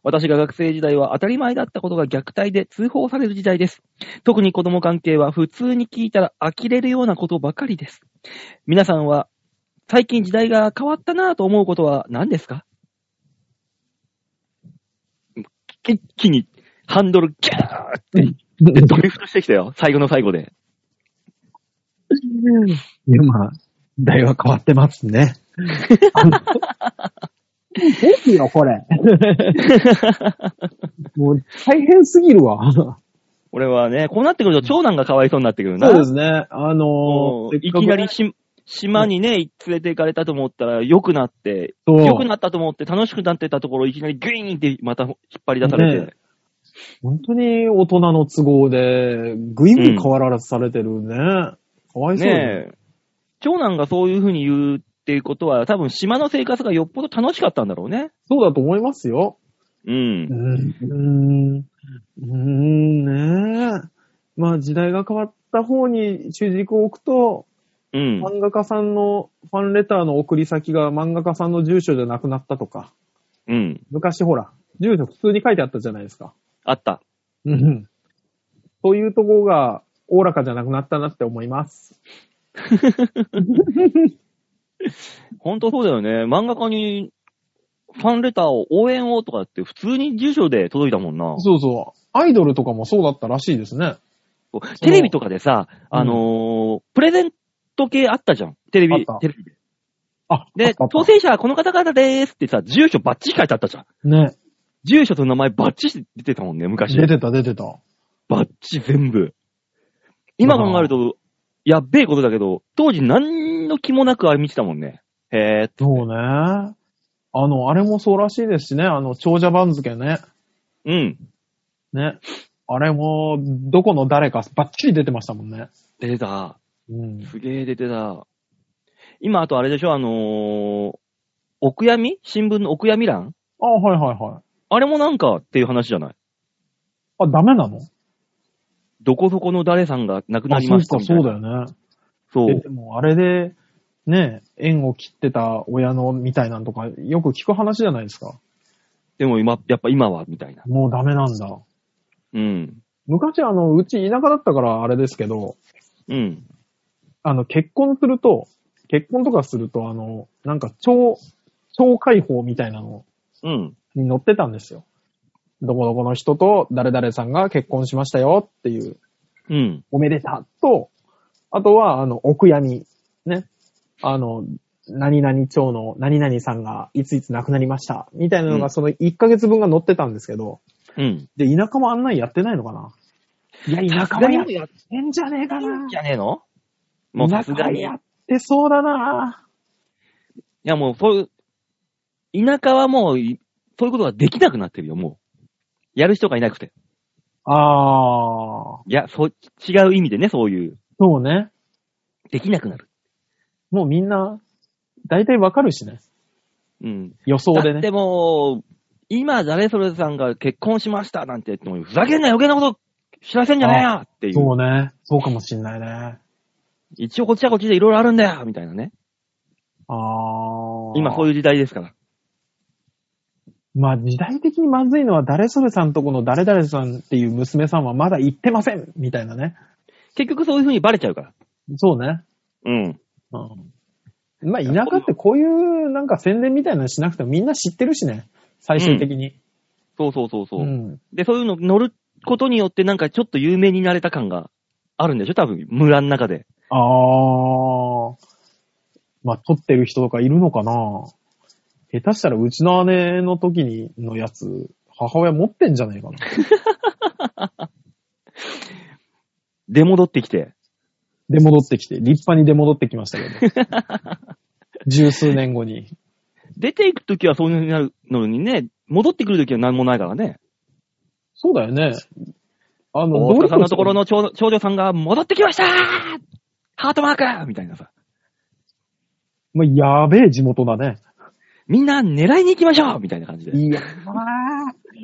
私が学生時代は当たり前だったことが虐待で通報される時代です。特に子供関係は普通に聞いたら呆れるようなことばかりです。皆さんは最近時代が変わったなぁと思うことは何ですか一気にハンドルギャーってドリフトしてきたよ。最後の最後で。
いや、まあ、時代は変わってますね。ですよ、こ れ。もう、大変すぎるわ。そ
俺はね、こうなってくると長男がかわいそうになってくるな。
うですね。あの
もう
ー、
いきなりし島にね、連れて行かれたと思ったら良くなって、
そう
良くなったと思って楽しくなってたところいきなりグイーンってまた引っ張り出されて、
ね本当に大人の都合で、ぐいぐい変わらされてるね。かわいそうだ
ねえ。長男がそういうふうに言うっていうことは、多分島の生活がよっぽど楽しかったんだろうね。
そうだと思いますよ。
う
う。
ん
ん。うーん、ねえ。まあ時代が変わった方に主軸を置くと、
うん。
漫画家さんのファンレターの送り先が漫画家さんの住所じゃなくなったとか、
うん。
昔ほら、住所普通に書いてあったじゃないですか。
あった。
うん。そういうとこが、おおらかじゃなくなったなって思います。
ほんとそうだよね。漫画家に、ファンレターを応援をとかって普通に住所で届いたもんな。
そうそう。アイドルとかもそうだったらしいですね。
テレビとかでさ、あのープレゼント系あったじゃん。テレ
あっ
ビ
た、
テレビで。
あ、
で、当選者はこの方々でーすってさ、住所バッチリ書いてあったじゃん。
ね。
住所と名前バッチリ出てたもんね、昔。
出てた、出てた。
バッチリ全部。今考えると、やっべえことだけど、当時何の気もなくあれ見てたもんね。へえ。
そうね。あの、あれもそうらしいですしね。あの、長者番付ね。
うん。
ね。あれも、どこの誰かバッチリ出てましたもんね。
出てた。
うん。
すげえ出てた。今、あとあれでしょ、あのー、お悔やみ新聞のお悔やみ欄
あ、はいはいはい。
あれもなんかっていう話じゃない
あ、ダメなの
どこそこの誰さんが亡くな
あ、
り
そう
ました
か、
みた
そ
いうな。
だよね。
そう
ででも、あれで、ね、縁を切ってた親のみたいなんとか、よく聞く話じゃないですか。
でも今、やっぱ今は、みたいな。
もうダメなんだ。
うん。
昔、あの、うち田舎だったからあれですけど、
うん。
あの、結婚すると、結婚とかすると、あの、なんか、超、超解放みたいなの
うん。
に載ってたんですよ。どこどこの人と誰々さんが結婚しましたよっていう、
うん。
おめでたと、あとは、あの、お悔やみ、ね。あの、何々町の何々さんがいついつ亡くなりました、みたいなの
うん
がその1ヶ月分が載ってたんですけど、
うん。
で、田舎もあんなんやってないのかないや、田舎もやっ
やって
んじゃねえかな。
じゃねえのもうさすがに。い
やってそうだな
やもう、そういう、田舎はもうい、そういうことができなくなってるよ、もう。やる人がいなくて。
ああ、
いや、そう、違う意味でね、そういう。
そうね。
できなくなる。
もうみんな、大体わかるしね。
うん。
予想で
だって
ね。
もう、今、誰それさんが結婚しましたなんて言っても、ふざけんな余計なこと知らせんじゃねえよっていう。
そうね。そうかもしんないね。
一応こっちはこっちでいろいろあるんだよみたいなね。
ああ。
今そ
いう。
ういう時代ですから。
まあ時代的にまずいのは、誰それさんとこの誰々さんっていう娘さんはまだ行ってませんみたいなね。
結局そういう風にバレちゃうから。
そうね。
うん。
うん。まあ田舎ってこういうなんか宣伝みたいなのしなくてもみんな知ってるしね。最終的に。
そうそうそうそう、
うん
で、そういうの乗ることによってなんかちょっと有名になれた感があるんでしょ多分、村の中で。
ああ。まあ、撮ってる人とかいるのかな下手したらうちの姉の時にのやつ、母親持ってんじゃないかな。
出戻ってきて。
出戻ってきて、立派に出戻ってきましたけど。 十数年後に。
出ていくときはそういう風になるのにね、戻ってくるときは何もないからね。
そうだよね。あの、
大塚さ
どうい
ん
う
のところの長長女さんが戻ってきましたーハートマークみたいなさ。
もうやべえ地元だね。
みんな狙いに行きましょうみたいな感じで。
いや狙い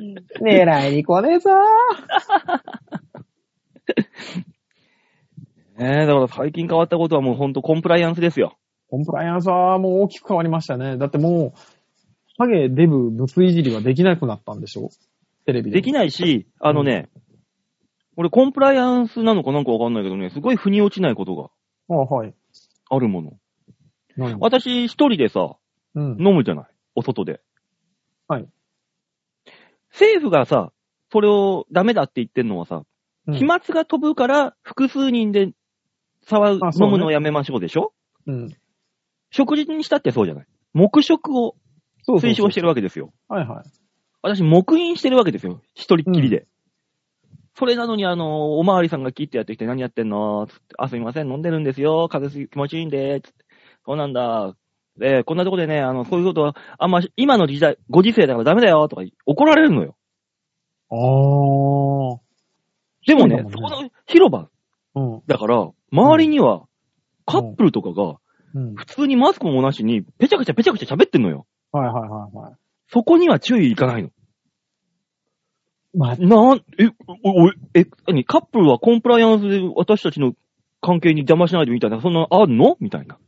に来ねえぞ
ねえ、だから最近変わったことはもうほんとコンプライアンスですよ。
コンプライアンスはもう大きく変わりましたね。だってもう、ハゲ、デブ、ブツいじりはできなくなったんでしょテレビで。
できないし、あのね、俺コンプライアンスなのかなんかわかんないけどね、すごい腑に落ちないことが
あはい。
あるもの。
何
私一人でさ、
うん。
飲むじゃないお外で。
はい。
政府がさ、それをダメだって言ってんのはさ、飛沫が飛ぶから複数人で騒ぐ、
あそうね
飲むのをやめましょうでしょ
うん。
食事にしたってそうじゃない黙食を
そうそうそう
推奨してるわけですよ。
はいはい。
私、黙飲してるわけですよ。一人っきりで。それなのに、あの、おまわりさんが切ってやってきて、何やってんのつって、あ、すいません、飲んでるんですよ。風邪すぎ気持ちいいんで。つってそうなんだ。で、こんなとこでね、あの、そういうことは、あんまし、今の時代、ご時世だからダメだよ、とか怒られるのよ。
あー。
でもね、
そう
そ
だも
こ
んね
の広場
うん。
だから、周りにはカップルとかが
うん。
普通にマスクもなしにペチャクチャペチャクチャ喋ってんのよ。
はいはいはいは
そこには注意いかないの。
い。まあ、
なん、え、お、おえ、何カップルはコンプライアンスで私たちの関係に邪魔しないでみたいな、そんなのあんのみたいな。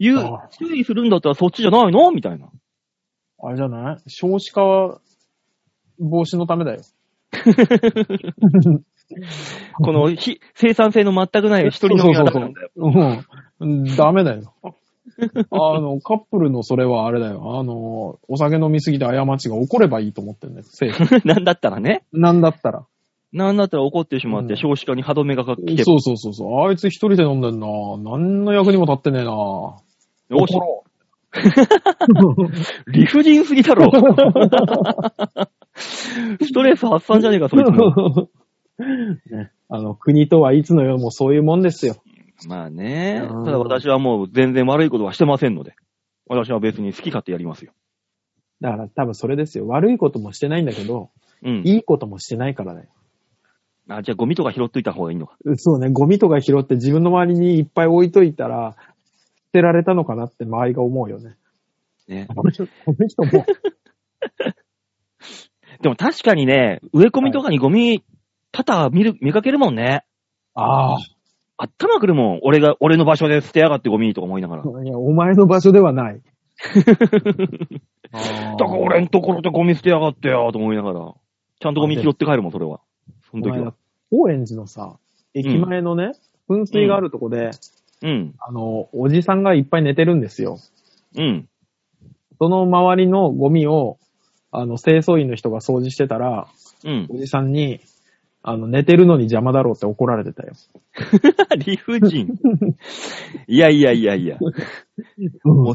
言う
ああ、
注意するんだったらそっちじゃないのみたいな。
あれじゃない少子化防止のためだよ。
この、ひ、生産性の全くない一人のみはダメなんだよ。
うん。ダメだよ。あの、カップルのそれはあれだよ。あの、お酒飲みすぎて過ちが起こればいいと思ってんだよ。政府
なんだったらね。
なんだったら。
なんだったら怒ってしまっ
う
て
ん
少子化に歯止めがかけて、
そうそうそうそう。あいつ一人で飲んでんな。何の役にも立ってねえな。よ
よし、理不尽すぎだ ろ。ストレス発散じゃねえか、そいつも。
ね、あの、国とはいつの世もそういうもんですよ。
まあね
う。ん
ただ私はもう全然悪いことはしてませんので。私は別に好き勝手やりますよ。
だから多分それですよ。悪いこともしてないんだけど、
うん。
いいこともしてないからだよ。
あ、じゃあゴミとか拾っといた方がいいのか。
そうね、ゴミとか拾って自分の周りにいっぱい置いといたら、捨てられたのかなって周りが思うよね。
ね。
この人、この人 も。
でも確かにね、植え込みとかにゴミ、多々見る、見かけるもんね。
ああ。
頭くるもん。俺が、俺の場所で捨てやがってゴミとか思いながら。だ
いや、お前の場所では ない。あー
から俺のところでゴミ捨てやがってよ、と思いながら。ちゃんとゴミ拾って帰るもん、それは。その
お
時
前
は。
高円寺のさ、駅前のね、噴水があるとこで、
うん。
あの、おじさんがいっぱい寝てるんですよ。
うん。
その周りのゴミを、あの、清掃員の人が掃除してたら、
うん。
おじさんに、あの、寝てるのに邪魔だろうって怒られてたよ。
理不尽。いやいやいやいや。
うん、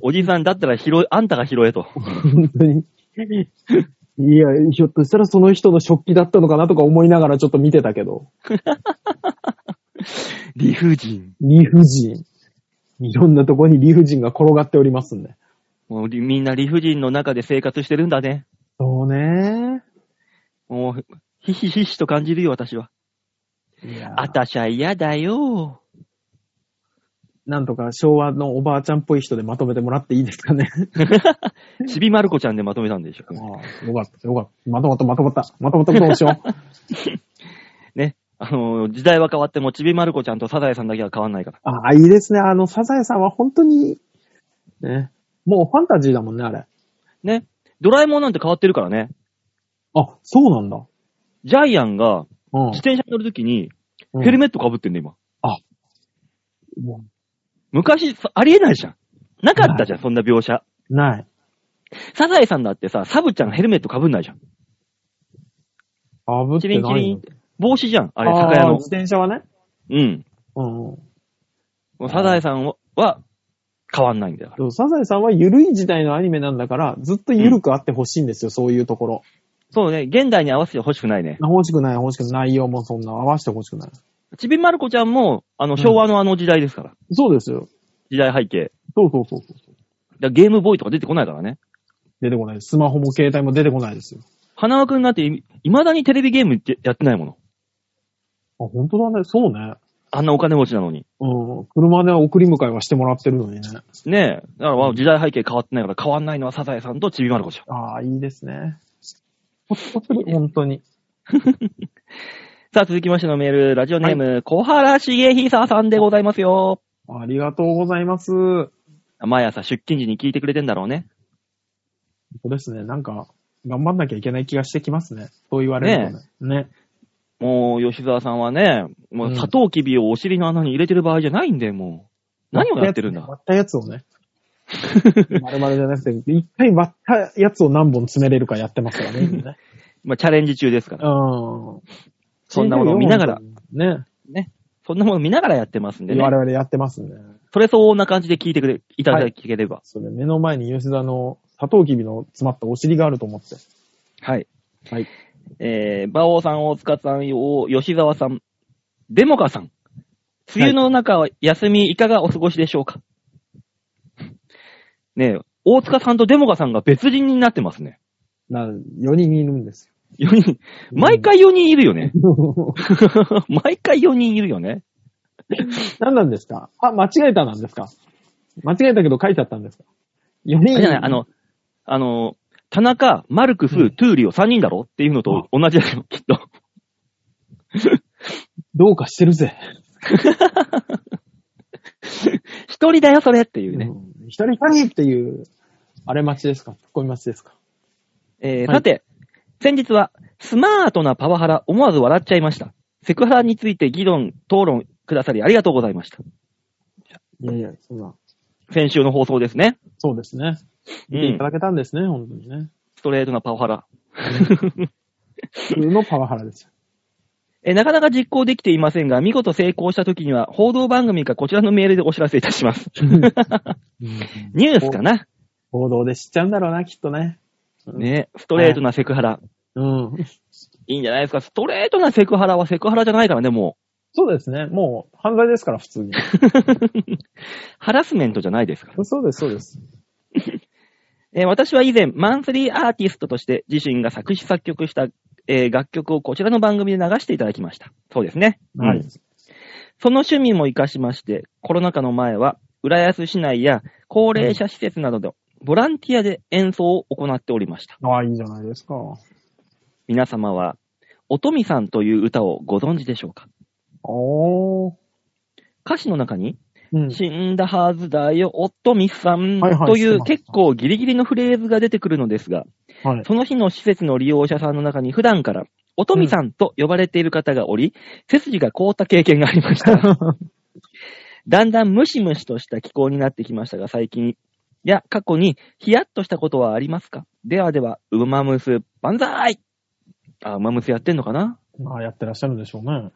おじさんだったら拾え、あんたが拾えと。
本当に。いや、ひょっとしたらその人の食器だったのかなとか思いながらちょっと見てたけど、
理不尽。
理不尽。いろんなとこに理不尽が転がっておりますんで。
もうりみんな理不尽の中で生活してるんだね。
そうね。
もう、ひひひしと感じるよ、私は。
いや
あたしゃ嫌だよ。
なんとか昭和のおばあちゃんっぽい人でまとめてもらっていいですか ね。
ちびまる子ちゃんでまとめたんでしょ。
ああよかった、よかった。まとまった、まとまった。まとまったことをし よう。
ね。あのー、時代は変わっても、ちびまる子ちゃんとサザエさんだけは変わんないから。
ああ、いいですね。あの、サザエさんは本当に、ね。もうファンタジーだもんね、あれ。
ね。ドラえもんなんて変わってるからね。
あ、そうなんだ。
ジャイアンが
うん
自。転車に乗るときに、
うん
ヘルメット被ってんだ、今。
も
昔、そありえないじゃん。なかったじゃん、そんな描写。
うない。
サザエさんだってさ、サブちゃんヘルメット被んないじゃん。
あぶって
キリン
な
キ
い
リン
の
って。帽子じゃん、あれ、
あ
酒
ー
屋の
自。転車はね。
うん。
うんうん。
もうサザエさんはは変わんないんだよ。
でもサザエさんは緩い時代のアニメなんだから、ずっと緩くあってほしいんですよ、そういうところ。
そうね、現代に合わせて欲しくないね。
欲しくない、欲しくない。内容もそんな合わせてほしくない。
ちびまる子ちゃんも、あの、昭和のあの時代ですから。
そうですよ。
時代背景。
そうそうそうそう。
だからゲームボーイとか出てこないからね。
出てこない。スマホも携帯も出てこないですよ。
花輪くんなんてい、未だにテレビゲームってやってないもの。
あ、本当だね。そうね。
あんなお金持ちなのに。
うん。車で送り迎えはしてもらってるのにね。
ねえ。だからまあ時代背景変わってないから変わんないのはサザエさんとちびまる子ちゃん。
ああ、いいですね。本当に。
さあ続きましてのメール、ラジオネーム、小原茂久さんでございますよ。
ありがとうございます。本
毎朝出勤時に聞いてくれてんだろうね。
当ですね。なんか、頑張んなきゃいけない気がしてきますね。そう言われるとね。ね。
もう吉沢さんはね、もう
うん
砂糖きびをお尻の穴に入れてる場合じゃないんで、もう。何をやってるん だ。
割ったやつをね。 丸々じゃなくて、一回割ったやつを何本詰めれるかやってますからね。今ね
まあチャレンジ中ですから。
うん。
そんなものを見ながら。
ね。
そんなもの見ながらやってますんでね
我。々やってますね。
それ相応な感じで聞いてくれ、いただければ。
それ目の前に吉田の砂糖きびの詰まったお尻があると思って。
はい。
はい。
えー、馬王さん、大塚さん、お吉沢さん、デモカさん。梅雨の中、休み、いかがお過ごしでしょうかねえ、大塚さんとデモカさんが別人になってますね。
な、4人いるんですよ。
4人、毎回4人いるよね。毎回4人いるよね。
何なんですかあ、間違えたなんですか間違えたけど書いちゃったんですか ?4
あ
人
れじゃない、あ、の、あの、田中、マルクス、トゥーリオ3人だろっていうのと同じだよ、きっと。
どうかしてるぜ。
一人だよ、それっていう
う
ね。
ん一人二人っていう、あれ待ちですか突っ込み待ちですか
えー
はい
さて、先日は、スマートなパワハラ、思わず笑っちゃいました。セクハラについて議論、討論くださりありがとうございました。
いやいや、そんな。
先週の放送ですね。
そうですね。
う
見てい
ん
た。だけたんですね、本当にね。
ストレートなパワハラ。
普通のパワハラですよ。
えーなかなか実行できていませんが、見事成功した時には、報道番組かこちらのメールでお知らせいたします。ニュースかな
報道で知っちゃうんだろうな、きっとね。うん
ね、ストレートなセクハラ。
うん。
いいんじゃないですか。ストレートなセクハラはセクハラじゃないからね、も
そうですね。もう、犯罪ですから、普通に。
う。 ハラスメントじゃないですか ら。
そうです、そうです。
えー私は以前、マンスリーアーティストとして自身が作詞作曲した、えー楽曲をこちらの番組で流していただきました。そうですね。
は
う
い
ん。その趣味も活かしまして、コロナ禍の前は、浦安市内や高齢者施設などで、ボランティアで演奏を行っておりました。
ああ、いいじゃないですか。
皆様は、おとみさんという歌をご存知でしょうか
おー。
歌詞の中に、
うん。
死んだはずだよ、おとみさん、
はいはい
とい
そう
う
なんです
結構ギリギリのフレーズが出てくるのですが、
はい。
その日の施設の利用者さんの中に普段から、おとみさんと呼ばれている方がおり、背筋が凍った経験があり ました。だんだんムシムシとした気候になってきましたが、最近、いや、過去に、ヒヤッとしたことはありますかではでは、ウマムス、万歳あ、ウマムスやってんのかな
まあ、やってらっしゃるんでしょうね。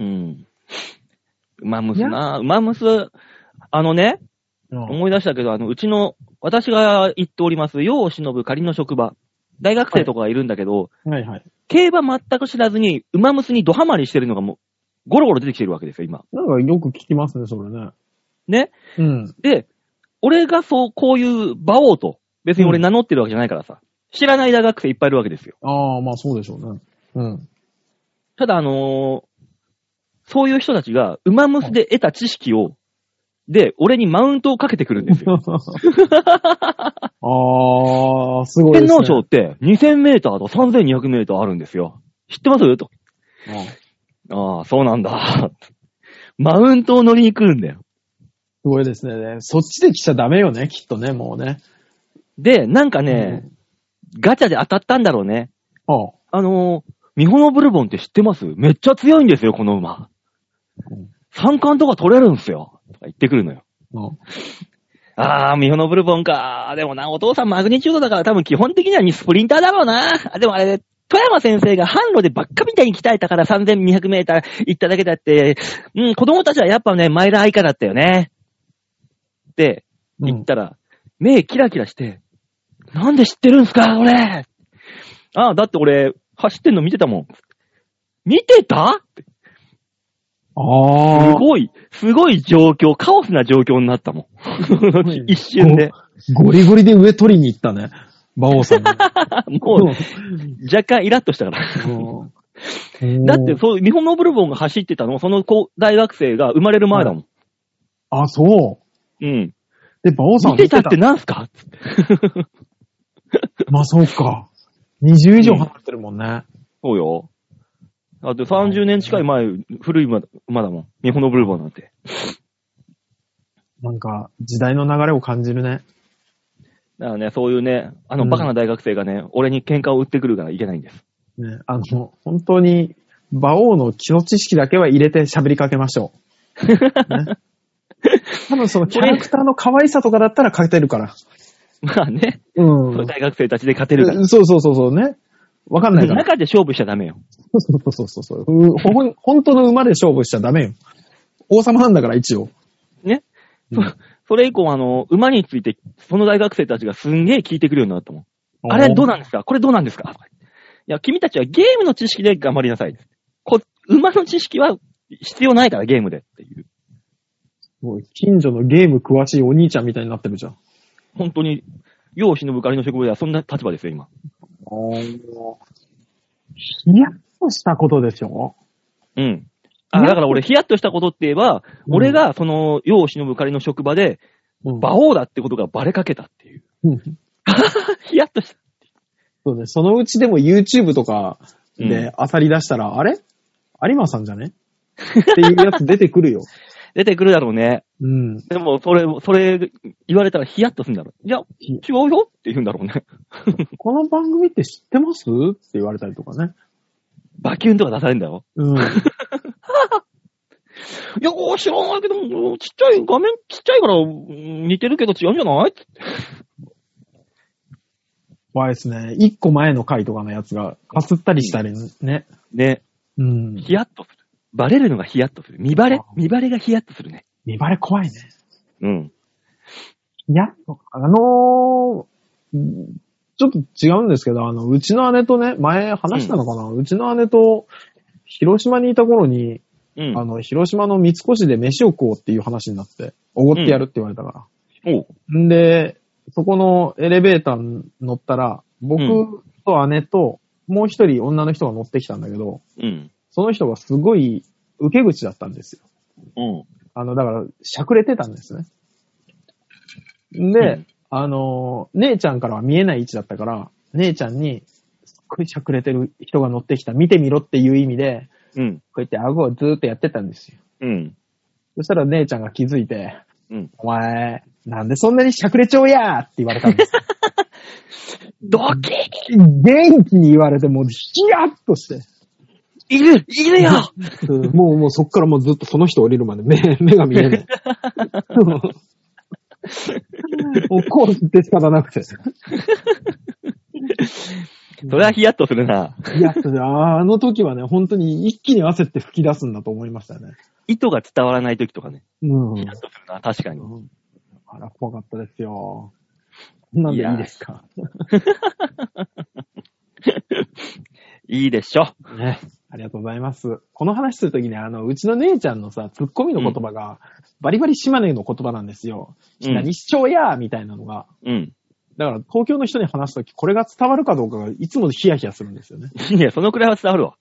うん。ウマムスな、ウマムス、あのね、
うん。
思い出したけど、あの、うちの、私が行っております、世を忍ぶ仮の職場、大学生とかがいるんだけど、
はいはい。
競馬全く知らずに、馬娘にドハマりしてるのがもう、ゴロゴロ出てきてるわけですよ、今。
なんかよく聞きますね、それね。
ね。
うん。
で、俺がそう、こういう馬王と、別に俺名乗ってるわけじゃないからさ、知らない大学生いっぱいいるわけですよ。
ああ、まあそうでしょうね。 うん。
ただ、あのーそういう人たちが、馬娘で得た知識を、で、俺にマウントをかけてくる んですよ。
ああ、すごいです、
天
ね。
皇賞って2000メーターと3200メーターあるんですよ。知ってますと。
うんす
ああ、そうなんだ。 マウントを乗りに来るんだよ。
ごいですね。そっちで来ちゃダメよね、きっとね、もうね。
で、なんかね、ガチャで当たったんだろうね。
ああ。
あのー、ミホノブルボンって知ってますめっちゃ強いんですよ、この馬
うん。
三冠とか取れるんすよ。とか言ってくるのよ。
うん
あー、ミホノブルボンか。でもな、お父さんマグニチュードだから多分基本的にはスプリンターだろうな。あでもあれ、富山先生が販路でばっかみたいに鍛えたから3200メーター行っただけだって、うん、子供たちはやっぱね、マイラー以下だったよね。で、
う
行っ
ん。
たら、目キラキラして、なんで知ってるんすか、俺。ああ、だって俺、走ってんの見てたもん。見てたって
あ
す
あ。
ごい、すごい状況、カオスな状況になったも
ごい
ん
ね。
一瞬で。
ゴリゴリで上取りに行ったね。馬王さんが。
もう、若干イラッとしたから。
うん
だって、、そう、日本のブルボンが走ってたの、その子大学生が生まれる前だもん。
あ、そう。
うん。
で、馬王さん
見
は
てたってなんすか
まあそうか。20以上離れてるもんね。
そうよ。だって30年近い前、古い馬馬だもん。日本のブルボンなんて。
なんか、時代の流れを感じるね。
だからね、そういうね、あ
う
の
ん
バカな大学生がね、俺に喧嘩を売ってくるからいけないんです。
ね、あの、本当に、馬王の基礎知識だけは入れて喋りかけましょ う。ね、多分そのキャラクターの可愛さとかだったら勝てるから。
まあね、
うん。
そういう大学生たちで勝てるから。
そうそうそうそうね。わかんないから。
中で勝負しちゃダメよ。
そうそうそうそうそううほん。本当の馬で勝負しちゃダメよ。王様なんだから一応。
ね。
うん
そそれ以降、あの、馬について、その大学生たちがすんげえ聞いてくるようになったもん。あれどうなんですかこれどうなんですかとかいや、君たちはゲームの知識で頑張りなさい。こ馬の知識は必要ないから、ゲームでっていう。
もう近所のゲーム詳しいお兄ちゃんみたいになってるじゃん。
本当に、世を忍ぶ仮の職場ではそんな立場ですよ、今。
ヒヤッとしたことでしょ
うん。あだから俺、ヒヤッとしたことって言えば、
うん
俺が、その、世を忍ぶ仮の職場で、
うん
馬王だってことがバレかけたっていう。
うん
ヒヤッとした。
そうね。そのうちでも YouTube とか
うん
で漁り出したら、あれ有馬さんじゃねっていうやつ出てくるよ。
出てくるだろうね。
うん。
でも、それ、それ、言われたらヒヤッとするんだろう。いや、違うよって言うんだろうね。
この番組って知ってますって言われたりとかね。
バキュンとか出されるんだよ。
うん。
いや、お知らないけど、うんちっちゃい、画面ちっちゃいから、うん似てるけど違うんじゃない
怖いですね。一個前の回とかのやつが、かすったりしたりね。
ね。
うん。
ヒヤッとする。バレるのがヒヤッとする。見バレ
あ
見バレがヒヤッとするね。
見バレ怖いね。
うん。
いや、あのーうんちょっと違うんですけど、あの、うちの姉とね、前話したのかな、うちの姉と、広島にいた頃に、
うん。
あの、広島の三越で飯を食おうっていう話になって、おごってやるって言われたから。
おうん
で、そこのエレベーターに乗ったら、僕と姉と、もう一人女の人が乗ってきたんだけど、
うん。
その人がすごい受け口だったんですよ。
うん。
あの、だから、しゃくれてたんですね。で、
うん
あのー、姉ちゃんからは見えない位置だったから、姉ちゃんに、すっごいしゃくれてる人が乗ってきた、見てみろっていう意味で、
うん。
こうやって顎をずーっとやってたんですよ。
うん。
そしたら姉ちゃんが気づいて、
うん。
お前、なんでそんなにしゃくれちゃうやーって言われたん ですよ。
ドキ
元気に言われて、もう、ヒヤッとして。
いるいるよ
うんもう、もうそっからもうずっとその人降りるまで目、目が見え ない。もう怖くて仕方なくて。
それはヒヤッとするな。
いや、それあの時はね、本当に一気に汗って吹き出すんだと思いましたね。
意図が伝わらない時とかね。
うん。
ヒヤッとするな、確かに。
あら、怖かったですよ。こんなんでいいですか。
いいでしょ。
ね。ありがとうございます。この話するときね、あの、うちの姉ちゃんのさ、ツッコミの言葉が、バリバリ島根の言葉なんですよ。
うん
何しちょうやーみたいなのが。
うん。
だから、東京の人に話すとき、これが伝わるかどうかが、いつもヒヤヒヤするんです よね。
いや、そのくらいは伝わるわ。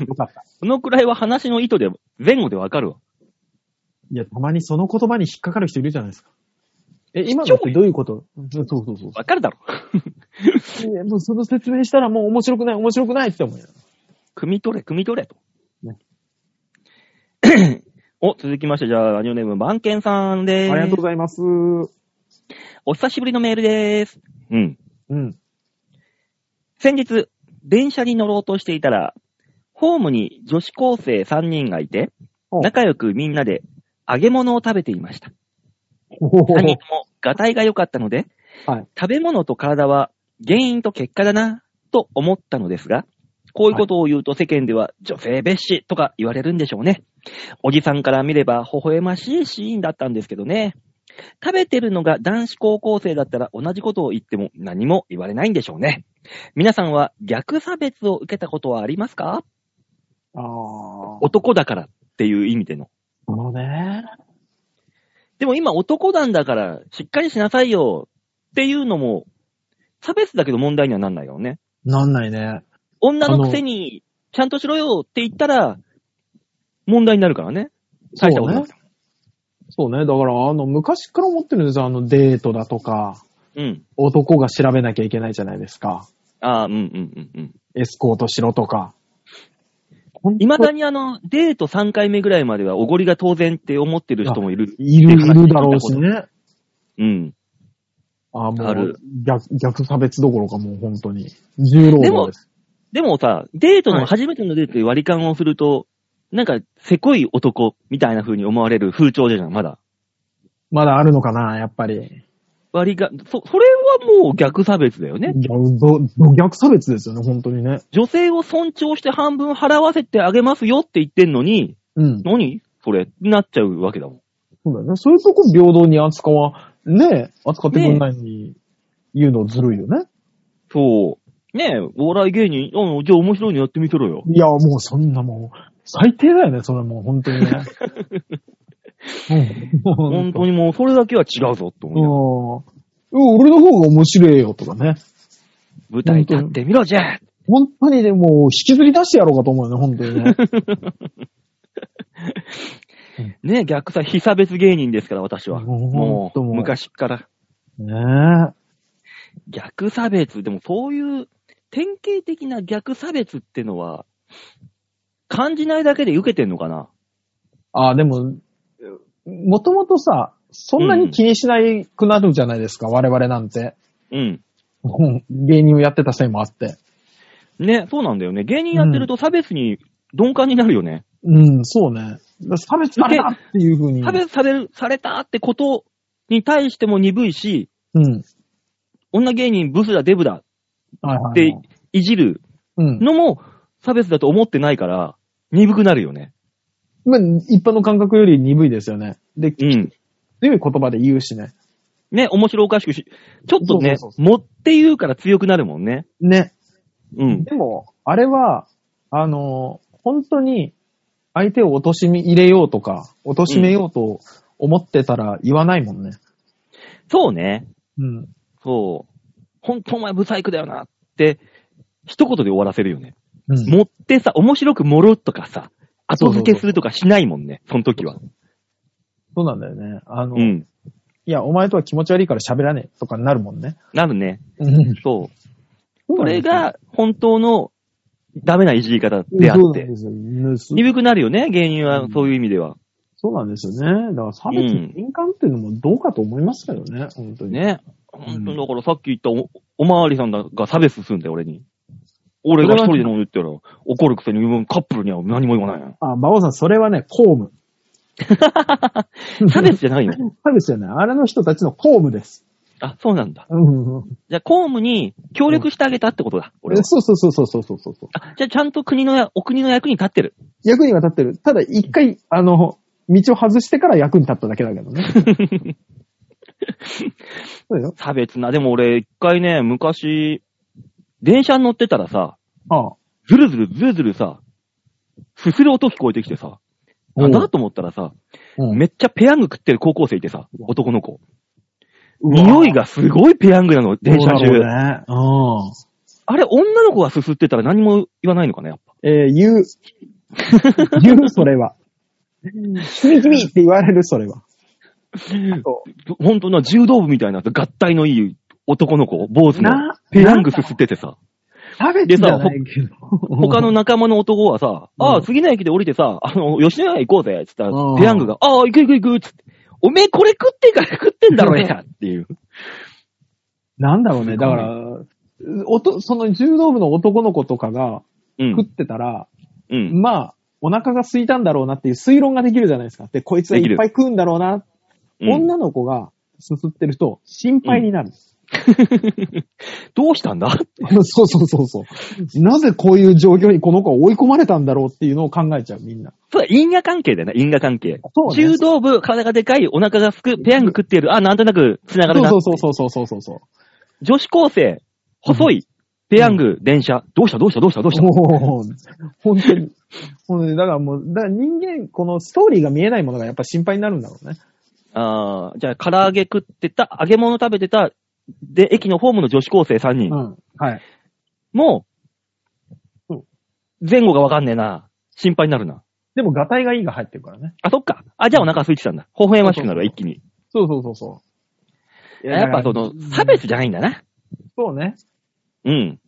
よかった。
そのくらいは話の意図で、前後でわかるわ。
いや、たまにその言葉に引っかかる人いるじゃないですか。え、今のってどういうことそうそうそう
わかるだろ。
いやもうその説明したらもう面白くない、面白くないって思うよ。
汲み取れ、汲み取れと
ね。
お、続きまして、じゃあ、ラジオネーム、万ンさん
あ
で
りがとうご
す。
ざいます。う
お久しぶりのメールでーす。うん。
ん。
先日、電車に乗ろうとしていたら、ホームに女子高生3人がいて、
お
仲良くみんなで揚げ物を食べていました。
お
何人とも、がたいが良かったので、
はい
食べ物と体は原因と結果だな、と思ったのですが、こういうことを言うと世間では女性蔑視とか言われるんでしょうね。おじさんから見れば微笑ましいシーンだったんですけどね。食べてるのが男子高校生だったら同じことを言っても何も言われないんでしょうね。皆さんは逆差別を受けたことはありますか
ああ。
男だからっていう意味での。
あのね。
でも今男なんだから、しっかりしなさいよっていうのも、差別だけど問題にはなんないよね。
なんないね。
女のくせに、ちゃんとしろよって言ったら、問題になるからね。
そ
大したこ
う
とな
ね
く。ても
そうね。だから、あの、昔から思ってるんですよ。あの、デートだとか、
うん。
男が調べなきゃいけないじゃないですか。
ああ、うんうんうんうん。
エスコートしろとか。
いまだにあの、デート3回目ぐらいまではおごりが当然って思ってる人もいる。
いる、いるだろうしね。
うん。
あーも
あ
う
る
逆、逆差別どころかもう本当に。重労働です。
でもさ、デート
は
の、
い
初めてのデートで割り勘をすると、なんか、せこい男みたいな風に思われる風潮じゃん、まだ。
まだあるのかな、やっぱり。
割り勘、そ、それはもう逆差別だよね。
いや、ど、ど逆差別ですよね、本当にね。
女性を尊重して半分払わせてあげますよって言ってんのに、
うん。
何それ、なっちゃうわけだもん。
そうだよね。そういうとこ平等に扱わ、ねえ、扱ってくんないのに言うのずるいよね。
そう。ねえ、お笑い芸人、うん、じゃあ面白いのやってみせろよ。
いや、もうそんなもう、最低だよね、それもう本当 にね。うん、
本当にもう、それだけは違うぞって
うん
思うよ。
うん俺の方が面白いよとかね。
舞台立ってみろ、じゃあ
本当にでも、引きずり出してやろうかと思うよね、本当 にね。
ね、逆さ、被差別芸人ですから、私は。
もう
も
本
う、
当もう
昔から。
ね
逆差別、でもそういう、典型的な逆差別ってのは、感じないだけで受けてんのかな
え。あ、でも、もともとさ、そんなに気にしないくなるじゃないですか、我々なんて。
うん。
うん芸人をやってたせいもあって。
ね、そうなんだよね。芸人やってると差別に鈍感になるよね。
うん、そうね。だ差別されたっていうふうに。
差別される、されたってことに対しても鈍いし、
うん。
女芸人ブスだデブだ
はい
っ
はい
て
はい。
いじる
うん。
のも差別だと思ってないから、鈍くなるよね。
まあ、一般の感覚より鈍いですよね。で、
うん。
強い言葉で言うしね。
ね、面白おかしくし、ちょっとね、
そうそうそ
持って言うから強くなるもんね。
ね。
うん。
でも、あれは、あの、本当に相手を貶め入れようとか、貶めようと思ってたら言わないもんね。
そうね。
うん。
そう。ほんとお前ブサイクだよなって、一言で終わらせるよね。
うん。
持ってさ、面白く盛るとかさ、後付けするとかしないもんね、その時は。
そうなんだよね。あの、
う
い
ん。
や、お前とは気持ち悪いから喋らねえとかになるもんね。
なるね。
うん。
そう。これが本当のダメないじり方であ
そうなん
って
で。すよね。す
鈍くなるよね、芸人はそういう意味では。
そうなんですよね。だから差別に敏感っていうのもどうかと思いますけどね、本当に。
ね。本当にだからさっき言ったおおまわりさんが差別するんだよ、俺に。俺が一人で飲むって言ったら、怒るくせにうんカップルには何も言わない
あ、馬王さん、それはね、公務。
の。 差別じゃないよ。
差別じゃない。あれの人たちの公務です。
あ、そうなんだ。
うんうんうん。
じゃあ、公務に協力してあげたってことだ、俺は。
そうそうそうそうそうそうそう。
あ、じゃあ、ちゃんと国のや、お国の役に立ってる。
役には立ってる。ただ、一回、あの、道を外してから役に立っただけだけどね。 そうだよ。
差別な。でも俺、一回ね、昔、電車に乗ってたらさ、
ああ。
ずるずるずるずるさ、すする音聞こえてきてさ、なんだ
おう
と思ったらさ、
うん
めっちゃペヤング食ってる高校生いてさ、男の子。
うわ
匂いがすごいペヤングなの、電車
そ
中
う。だろうね。
あれ、女の子がすすってたら何も言わないのかな、やっぱ。
うん。えー 言う。言う、それは。君君って言われる、それは。あと
本当な、柔道部みたいな合体のいい男の子、坊主の
な、
ペヤングすすっててさ。
差別じゃないけど。
他の仲間の男はさ、
うん
ああ、次の駅で降りてさ、あの、吉野家行こうぜ、つったら
う、ん
ペヤングが、ああ、行く行く行く、つって、おめえこれ食ってから食ってんだろうや、っていう。
なんだろうね、だから、おと、その柔道部の男の子とかが
う
食っ
ん。
てたら、
うん。
まあ、お腹が空いたんだろうなっていう推論ができるじゃないですか。で、こいつはいっぱい食うんだろうな。
うん
女の子がすすってると心配になる。
どうしたんだ
そうそうそうそう。なぜこういう状況にこの子は追い込まれたんだろうっていうのを考えちゃう、みんな。
そうだ、因果関係だよな、因果関係。
そうね
柔道部、体がでかい、お腹がすく、ペヤング食っている、あ、なんとなく繋がるな。
そうそうそうそうそうそうそう。
女子高生、細い、ペヤング、電車、どうしたどうしたどうしたどうした
もう、本当に。本当にだからもう、だから人間、このストーリーが見えないものがやっぱ心配になるんだろうね。
ああ、じゃあ、唐揚げ食ってた、揚げ物食べてた、で、駅のホームの女子高生3人。
うん。はい。
も
う
う、前後がわかんねえな。心配になるな。
でも、ガタイがいいが入ってるからね。
あ、そっか。あ、じゃあお腹空いてたんだ。微笑ましくなる
そうそうそう
わ、一気に。
そうそうそうそう。
やっぱその、差別じゃないんだな。
そうね。
うん。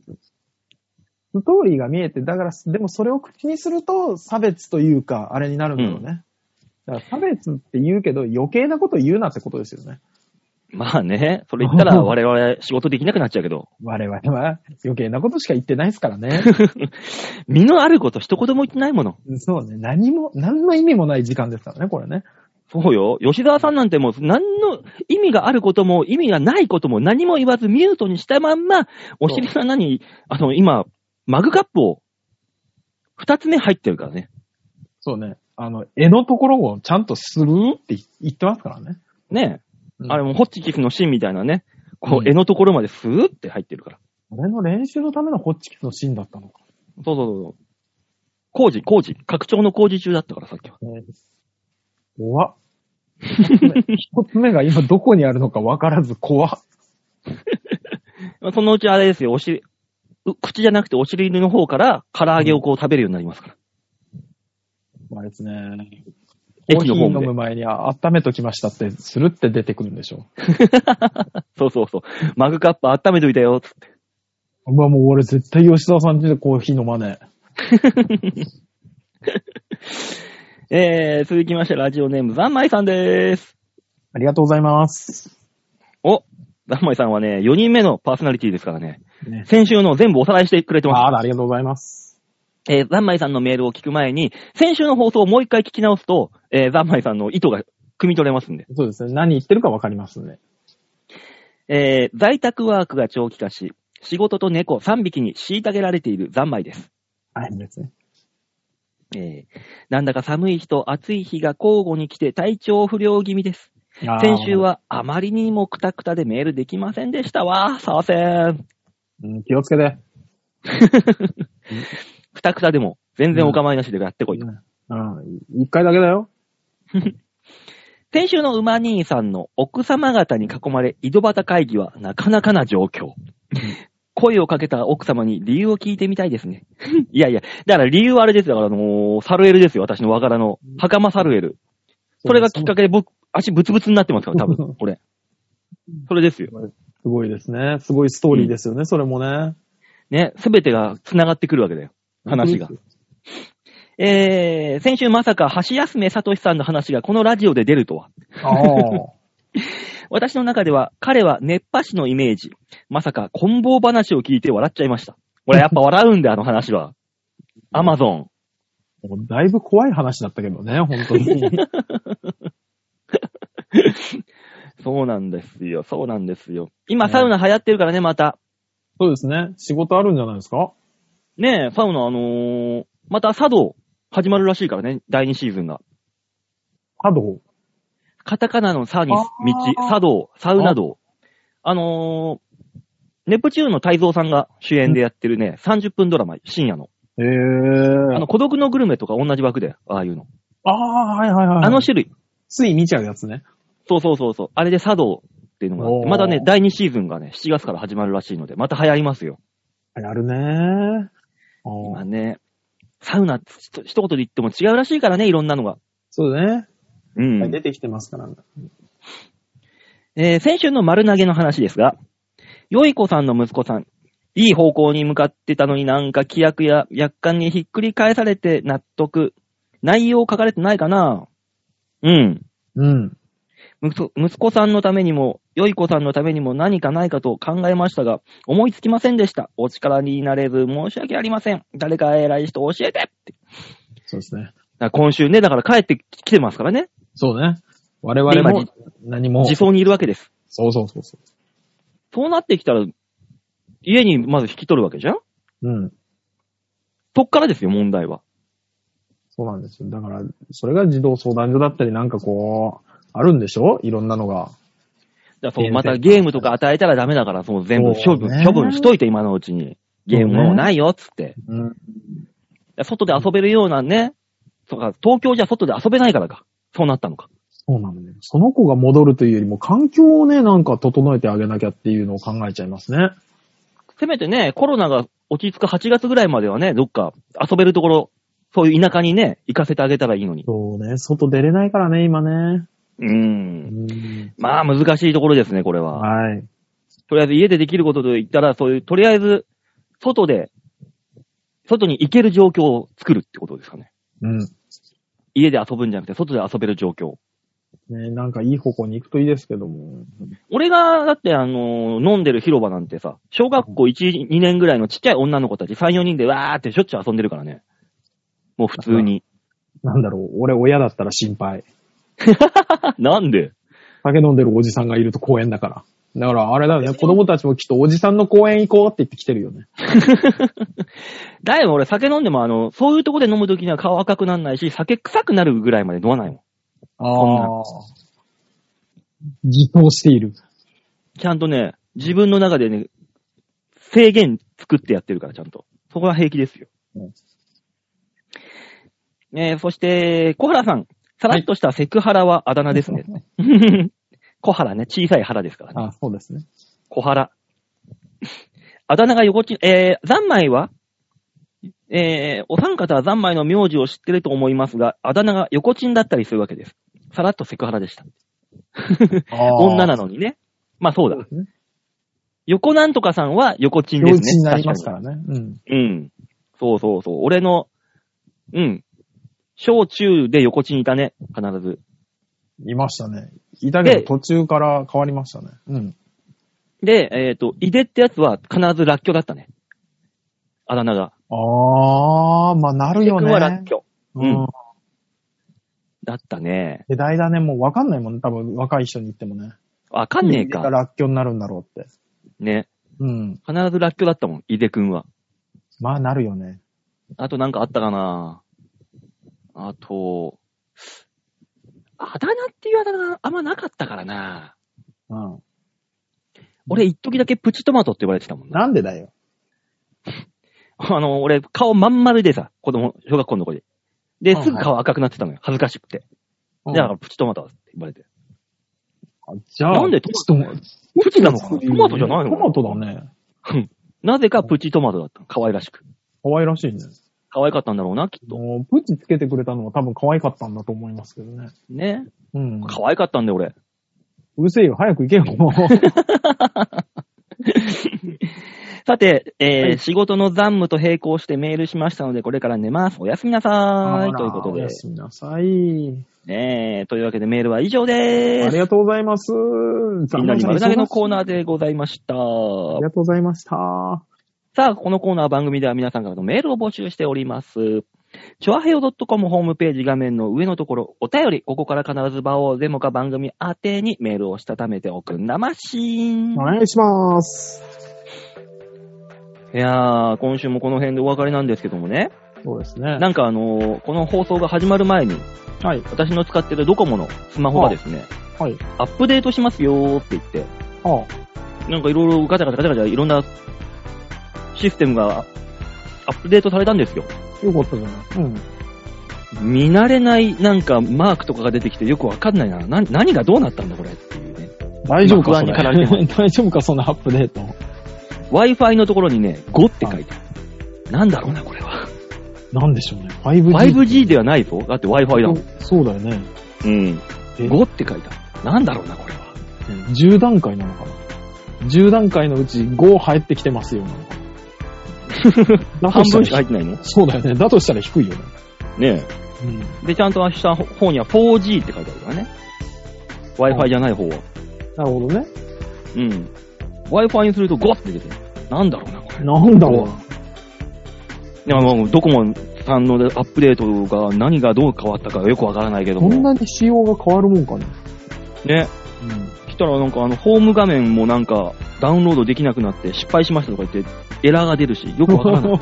ストーリーが見えて、だから、でもそれを口にすると差別というか、あれになるんだろうね。だから差別って言うけど、余計なこと言うなってことですよね。
まあね、それ言ったら我々仕事できなくなっちゃうけど、
我々は余計なことしか言ってないですから ね。
身のあること一言も言ってないもの。
そうね。何も、何の意味もない時間ですからね、これね。
そうよ。吉沢さんなんてもう何の意味があることも意味がないことも何も言わずミュートにしたまんま、お尻さん何、あの、今、マグカップを二つ目入ってるからね。
そうね。あの、絵のところをちゃんとするって言ってますからね。
ね
う
え。
ん
あれもホッチキスの芯みたいなね、こ
うん
う、絵のところまでスーって入ってるから。
俺の練習のためのホッチキスのシーンだったのか。
そうそうそうそう。工事、工事、拡張の工事中だったから、さっきは。
怖っ。一つ目が今どこにあるのかわからず怖っ。
まあそのうちあれですよ、お尻、う口じゃなくてお尻の方から唐揚げをこう食べるようになりますから。
あれですね。
駅の
コーヒー
ホー
飲む
ムで。
前にあ温めときましたって、するって出てくるんでしょ。
そうそうそう。マグカップ温めといたよ、つって。
うわ、もう俺絶対吉沢さんちでコーヒー飲まねえ。
えー、続きまして、ラジオネーム、ざんまいさんでーす。
ありがとうございます。
お、ざんまいさんはね、4人目のパーソナリティですからね。
ね
先週の全部おさらいしてくれてます。
あら、ありがとうございます。
えー、ザンマイさんのメールを聞く前に、先週の放送をもう一回聞き直すと、えー、ザンマイさんの意図が汲み取れますんで。
そうですね。何言ってるかわかりますね。
えー、在宅ワークが長期化し、仕事と猫3匹に虐げられているザンマイです。
大変ですね。
えー、なんだか寒い日と暑い日が交互に来て体調不良気味です。
あー
先週。はあまりにもクタクタでメールできませんでしたわ。さあせーん。
うん、気をつけて。
クタクタでも全然お構いなしでやってこい。
うん。一回だけだよ。
先週の馬兄さんの奥様方に囲まれ、井戸端会議はなかなかな状況。声をかけた奥様に理由を聞いてみたいですね。いやいや、だから理由はあれですよ。だからあのーサルエルですよ。私の和柄の。袴サルエル。それがきっか
け。
けで僕、足ブツブツになってますから、多 分、これ。それですよ。
すごいですね。すごいストーリーですよね、それもね。
ね、すべてが繋がってくるわけだよ。話が。えー、先週まさか橋休めさとしさんの話がこのラジオで出るとは。
ああ。
私の中では、彼は熱波師のイメージ。まさか、棍棒話を聞いて笑っちゃいました。俺やっぱ笑うんだよ、あの話は。アマゾン。
もうだいぶ怖い話だったけどね、本 当に。
そうなんですよ、そうなんですよ。今、サウナ流行ってるからね、また。
そうですね。仕事あるんじゃないですか
ねえ、サウナ、あのーまた佐渡、始まるらしいからね、第2シーズンが。
波動。
カタカナのサに道
あ、ー
佐渡、サウナ道。あのーネプチューンの太蔵さんが主演でやってるね、30分ドラマ、深夜の。
へえ。
あの、孤独のグルメとか同じ枠で、ああいうの。
ああ、はいはいはい。
あの種類。
つい見ちゃうやつね。
そうそうそうそう。あれで茶道っていうのがあっ
お
て、
ー
まだね、第2シーズンがね、7月から始まるらしいので、また流行りますよ。
やるねあ
ま
ー
あね、サウナってひと、一言で言っても違うらしいからね、いろんなのが。
そうだね。
うん。
出てきてますから。
えー先週の丸投げの話ですが、よいこさんの息子さん、いい方向に向かってたのになんか規約や約款にひっくり返されて納得。内容書かれてないかなうん。
うん。
息子息子さんのためにも、よい子さんのためにも何かないかと考えましたが、思いつきませんでした。お力になれず申し訳ありません。誰か偉い人教えてって。
そうですね。
だから今週ね、だから帰ってきてますからね。
そうね。我
で
々
今
も
自
何も。
自走にいるわけです。
そうそうそうそ
そうなってきたら、家にまず引き取るわけじゃん
う。うん。
そっからですよ、問題は。
そうなんですよ。だから、それが児童相談所だったりなんかこう、あるんでしょいろんなのが。
だからそう
ゲーム
また
センター
ゲームとか与えたらダメだから、そう全部
そ
処
うね
分、処分しといて、今のうちに。ゲームもうないよ、つって。
うん。
だから外で遊べるようなね、とか、東京じゃ外で遊べないからか。そうなったのか。
そうなのね。その子が戻るというよりも、環境をね、なんか整えてあげなきゃっていうのを考えちゃいますね。
せめてね、コロナが落ち着く8月ぐらいまではね、どっか遊べるところ、そういう田舎にね、行かせてあげたらいいのに。
そうね。外出れないからね、今ね。う
う。
んん。
まあ、難しいところですね、これは。
はい。
とりあえず家でできることと言ったら、そういう、とりあえず、外で、外に行ける状況を作るってことですかね。
うん。
家で遊ぶんじゃなくて、外で遊べる状況。
ね、なんかいい方向に行くといいですけども。
俺が、だって、あのー飲んでる広場なんてさ、小学校1、2年ぐらいのちっちゃい女の子たち3、4人でわーってしょっちゅう遊んでるからね。もう普通に。
なんだろう、俺親だったら心配。
なんで
酒飲んでるおじさんがいると公園だから。だからあれだよね、子供たちもきっとおじさんの公園行こうって言ってきてるよね。
だいぶ俺酒飲んでもあの、そういうとこで飲むときには顔赤くなんないし、酒臭くなるぐらいまで飲まないもん。
あ。自投している。
ちゃんとね、自分の中でね、制限作ってやってるからちゃんと。そこは平気ですよ。
うん
ねえそして、小原さん。さらっとしたセクハラはあだ名 ですね。小原ね、小さい腹ですからね。
あそうですね。
小原。あだ名が横地、えー、三昧はえー、お三方は三昧の名字を知ってると思いますが、あだ名が横チンだったりするわけです。さらっとセクハラでした。女なのにね。まあそうだ。
そうですね
横なんとかさんは横チンで
幼
すね。。
稚になりますかららね。うん。
うん。そうそうそう。俺の、うん。小中で横チンいたね。必ず。
いましたね。いたけど
で
途中から変わりましたね。うん。
で、えっ、と、井出ってやつは必ずラッキョだったね。あだ名が。
あー、まあなる
井出
よ
君
ね。
はラッキョ。
うん。
だったね。
世代だね。もうわかんないもんね。多分若い人に言ってもね。
わかんねえ
いつが
か。
らっきょうになるんだろうって。
ね。
うん。
必ずラッキョだったもん。井出くんは。
まあなるよね。
あとなんかあったかなあと、あだ名っていうあだ名があんまなかったからな。
うん。
俺、一時だけプチトマトって言われてたもんな。
なんでだよ。
あの、俺、顔まん丸でさ、子供、小学校の子で。で、
うん
すぐ顔赤くなってたのよ。恥ずかしくて。
う
だ
ん
から、プチトマトって言われて。
じゃあ、
なんでトマ
ト
プチなのかなトマトじゃない
ト
のか
マ
な
トだね。
なぜかプチトマトだったの。可愛らしく。
可愛らしいね。
可愛かったんだろうな、きっと。
もう、プチつけてくれたのは多分可愛かったんだと思いますけどね。
ね。
うん。
可愛かったんだよ、俺。
うるせえよ、早く行けよ、もう。
さて、えー
はい
仕事の残務と並行してメールしましたので、これから寝ます。おやすみなさ い。ということ
お
で
や。すみなさい。
ねえ、というわけでメールは以上で
あり
す。
がとうございます。
みんなに丸投げのコー
ー。
ナーでございました。
ありがとうございました。
さあ、このコーナー番組では皆さんからのメールを募集しております。チョアヘヨ .com ホームページ画面の上のところ、お便り、ここから必ず場をデモか番組宛てにメールをしたためておくんなましーん。
お願いします。
いやー、今週もこの辺でお別れなんですけどもね。
そうですね。
なんかあのーこの放送が始まる前に、
はい。
私の使ってるドコモのスマホがですね、
はい。
アップデートしますよーって言って、
ああ、
なんかいろいろガチャガチャガチャガチャいろんなシステムがアップデートされたんですよ。
よかったじゃない。うん。
見慣れないなんかマークとかが出てきてよくわかんないな。な何がどうなったんだこれっていうね。
大丈夫か、
まあ
それ
不安に駆ら れ
大丈夫か、そのアップデート。
Wi-Fi のところにね、5って書いてある。なんだろうな、これは。
なんでしょうね。5G。
5G ではないぞ。だって Wi-Fi だもん。
そうだよね。
うん。
え
5って書いてある。なんだろうな、これは。
10段階なのかな ?10 段階のうち5入ってきてます よ、なのかなだ
半
とした
分
ら
しか入ってないの
そうだよね。だとしたら低いよね。
ね
うん。
え。で、ちゃんと下の方には 4G って書いてあるからね。Wi-Fi じゃない方は。
なるほどね。
うん。Wi-Fi にすると5って出てる。なんだろうな、これ。
なんだろうな。
いや、もう、ドコモさんのアップデートが何がどう変わったかよくわからないけど
こ
も。
んなに仕様が変わるもんかね。
ね。
うん。
したらなんかあの、ホーム画面もなんか、ダウンロードできなくなって、失敗しましたとか言って、エラーが出るし、よく わからない。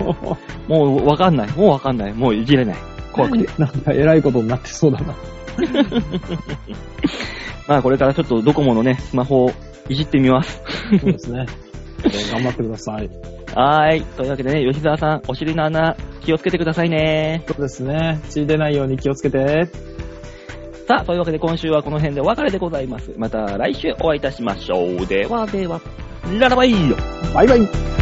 もうわかんない。もうわかんない。もういじれない。怖くて。
なんか偉いことになってそうだな。
まあこれからちょっとドコモのね、スマホをいじってみます。
そうですね。えー 頑張ってください。
はーい。というわけでね、吉沢さん、お尻の穴、気をつけてくださいね。
そうですね。血出ないように気をつけて。
さあ、というわけで今週はこの辺でお別れでございます。また来週お会いいたしましょう。ではでは、ララバイよ
バイバイ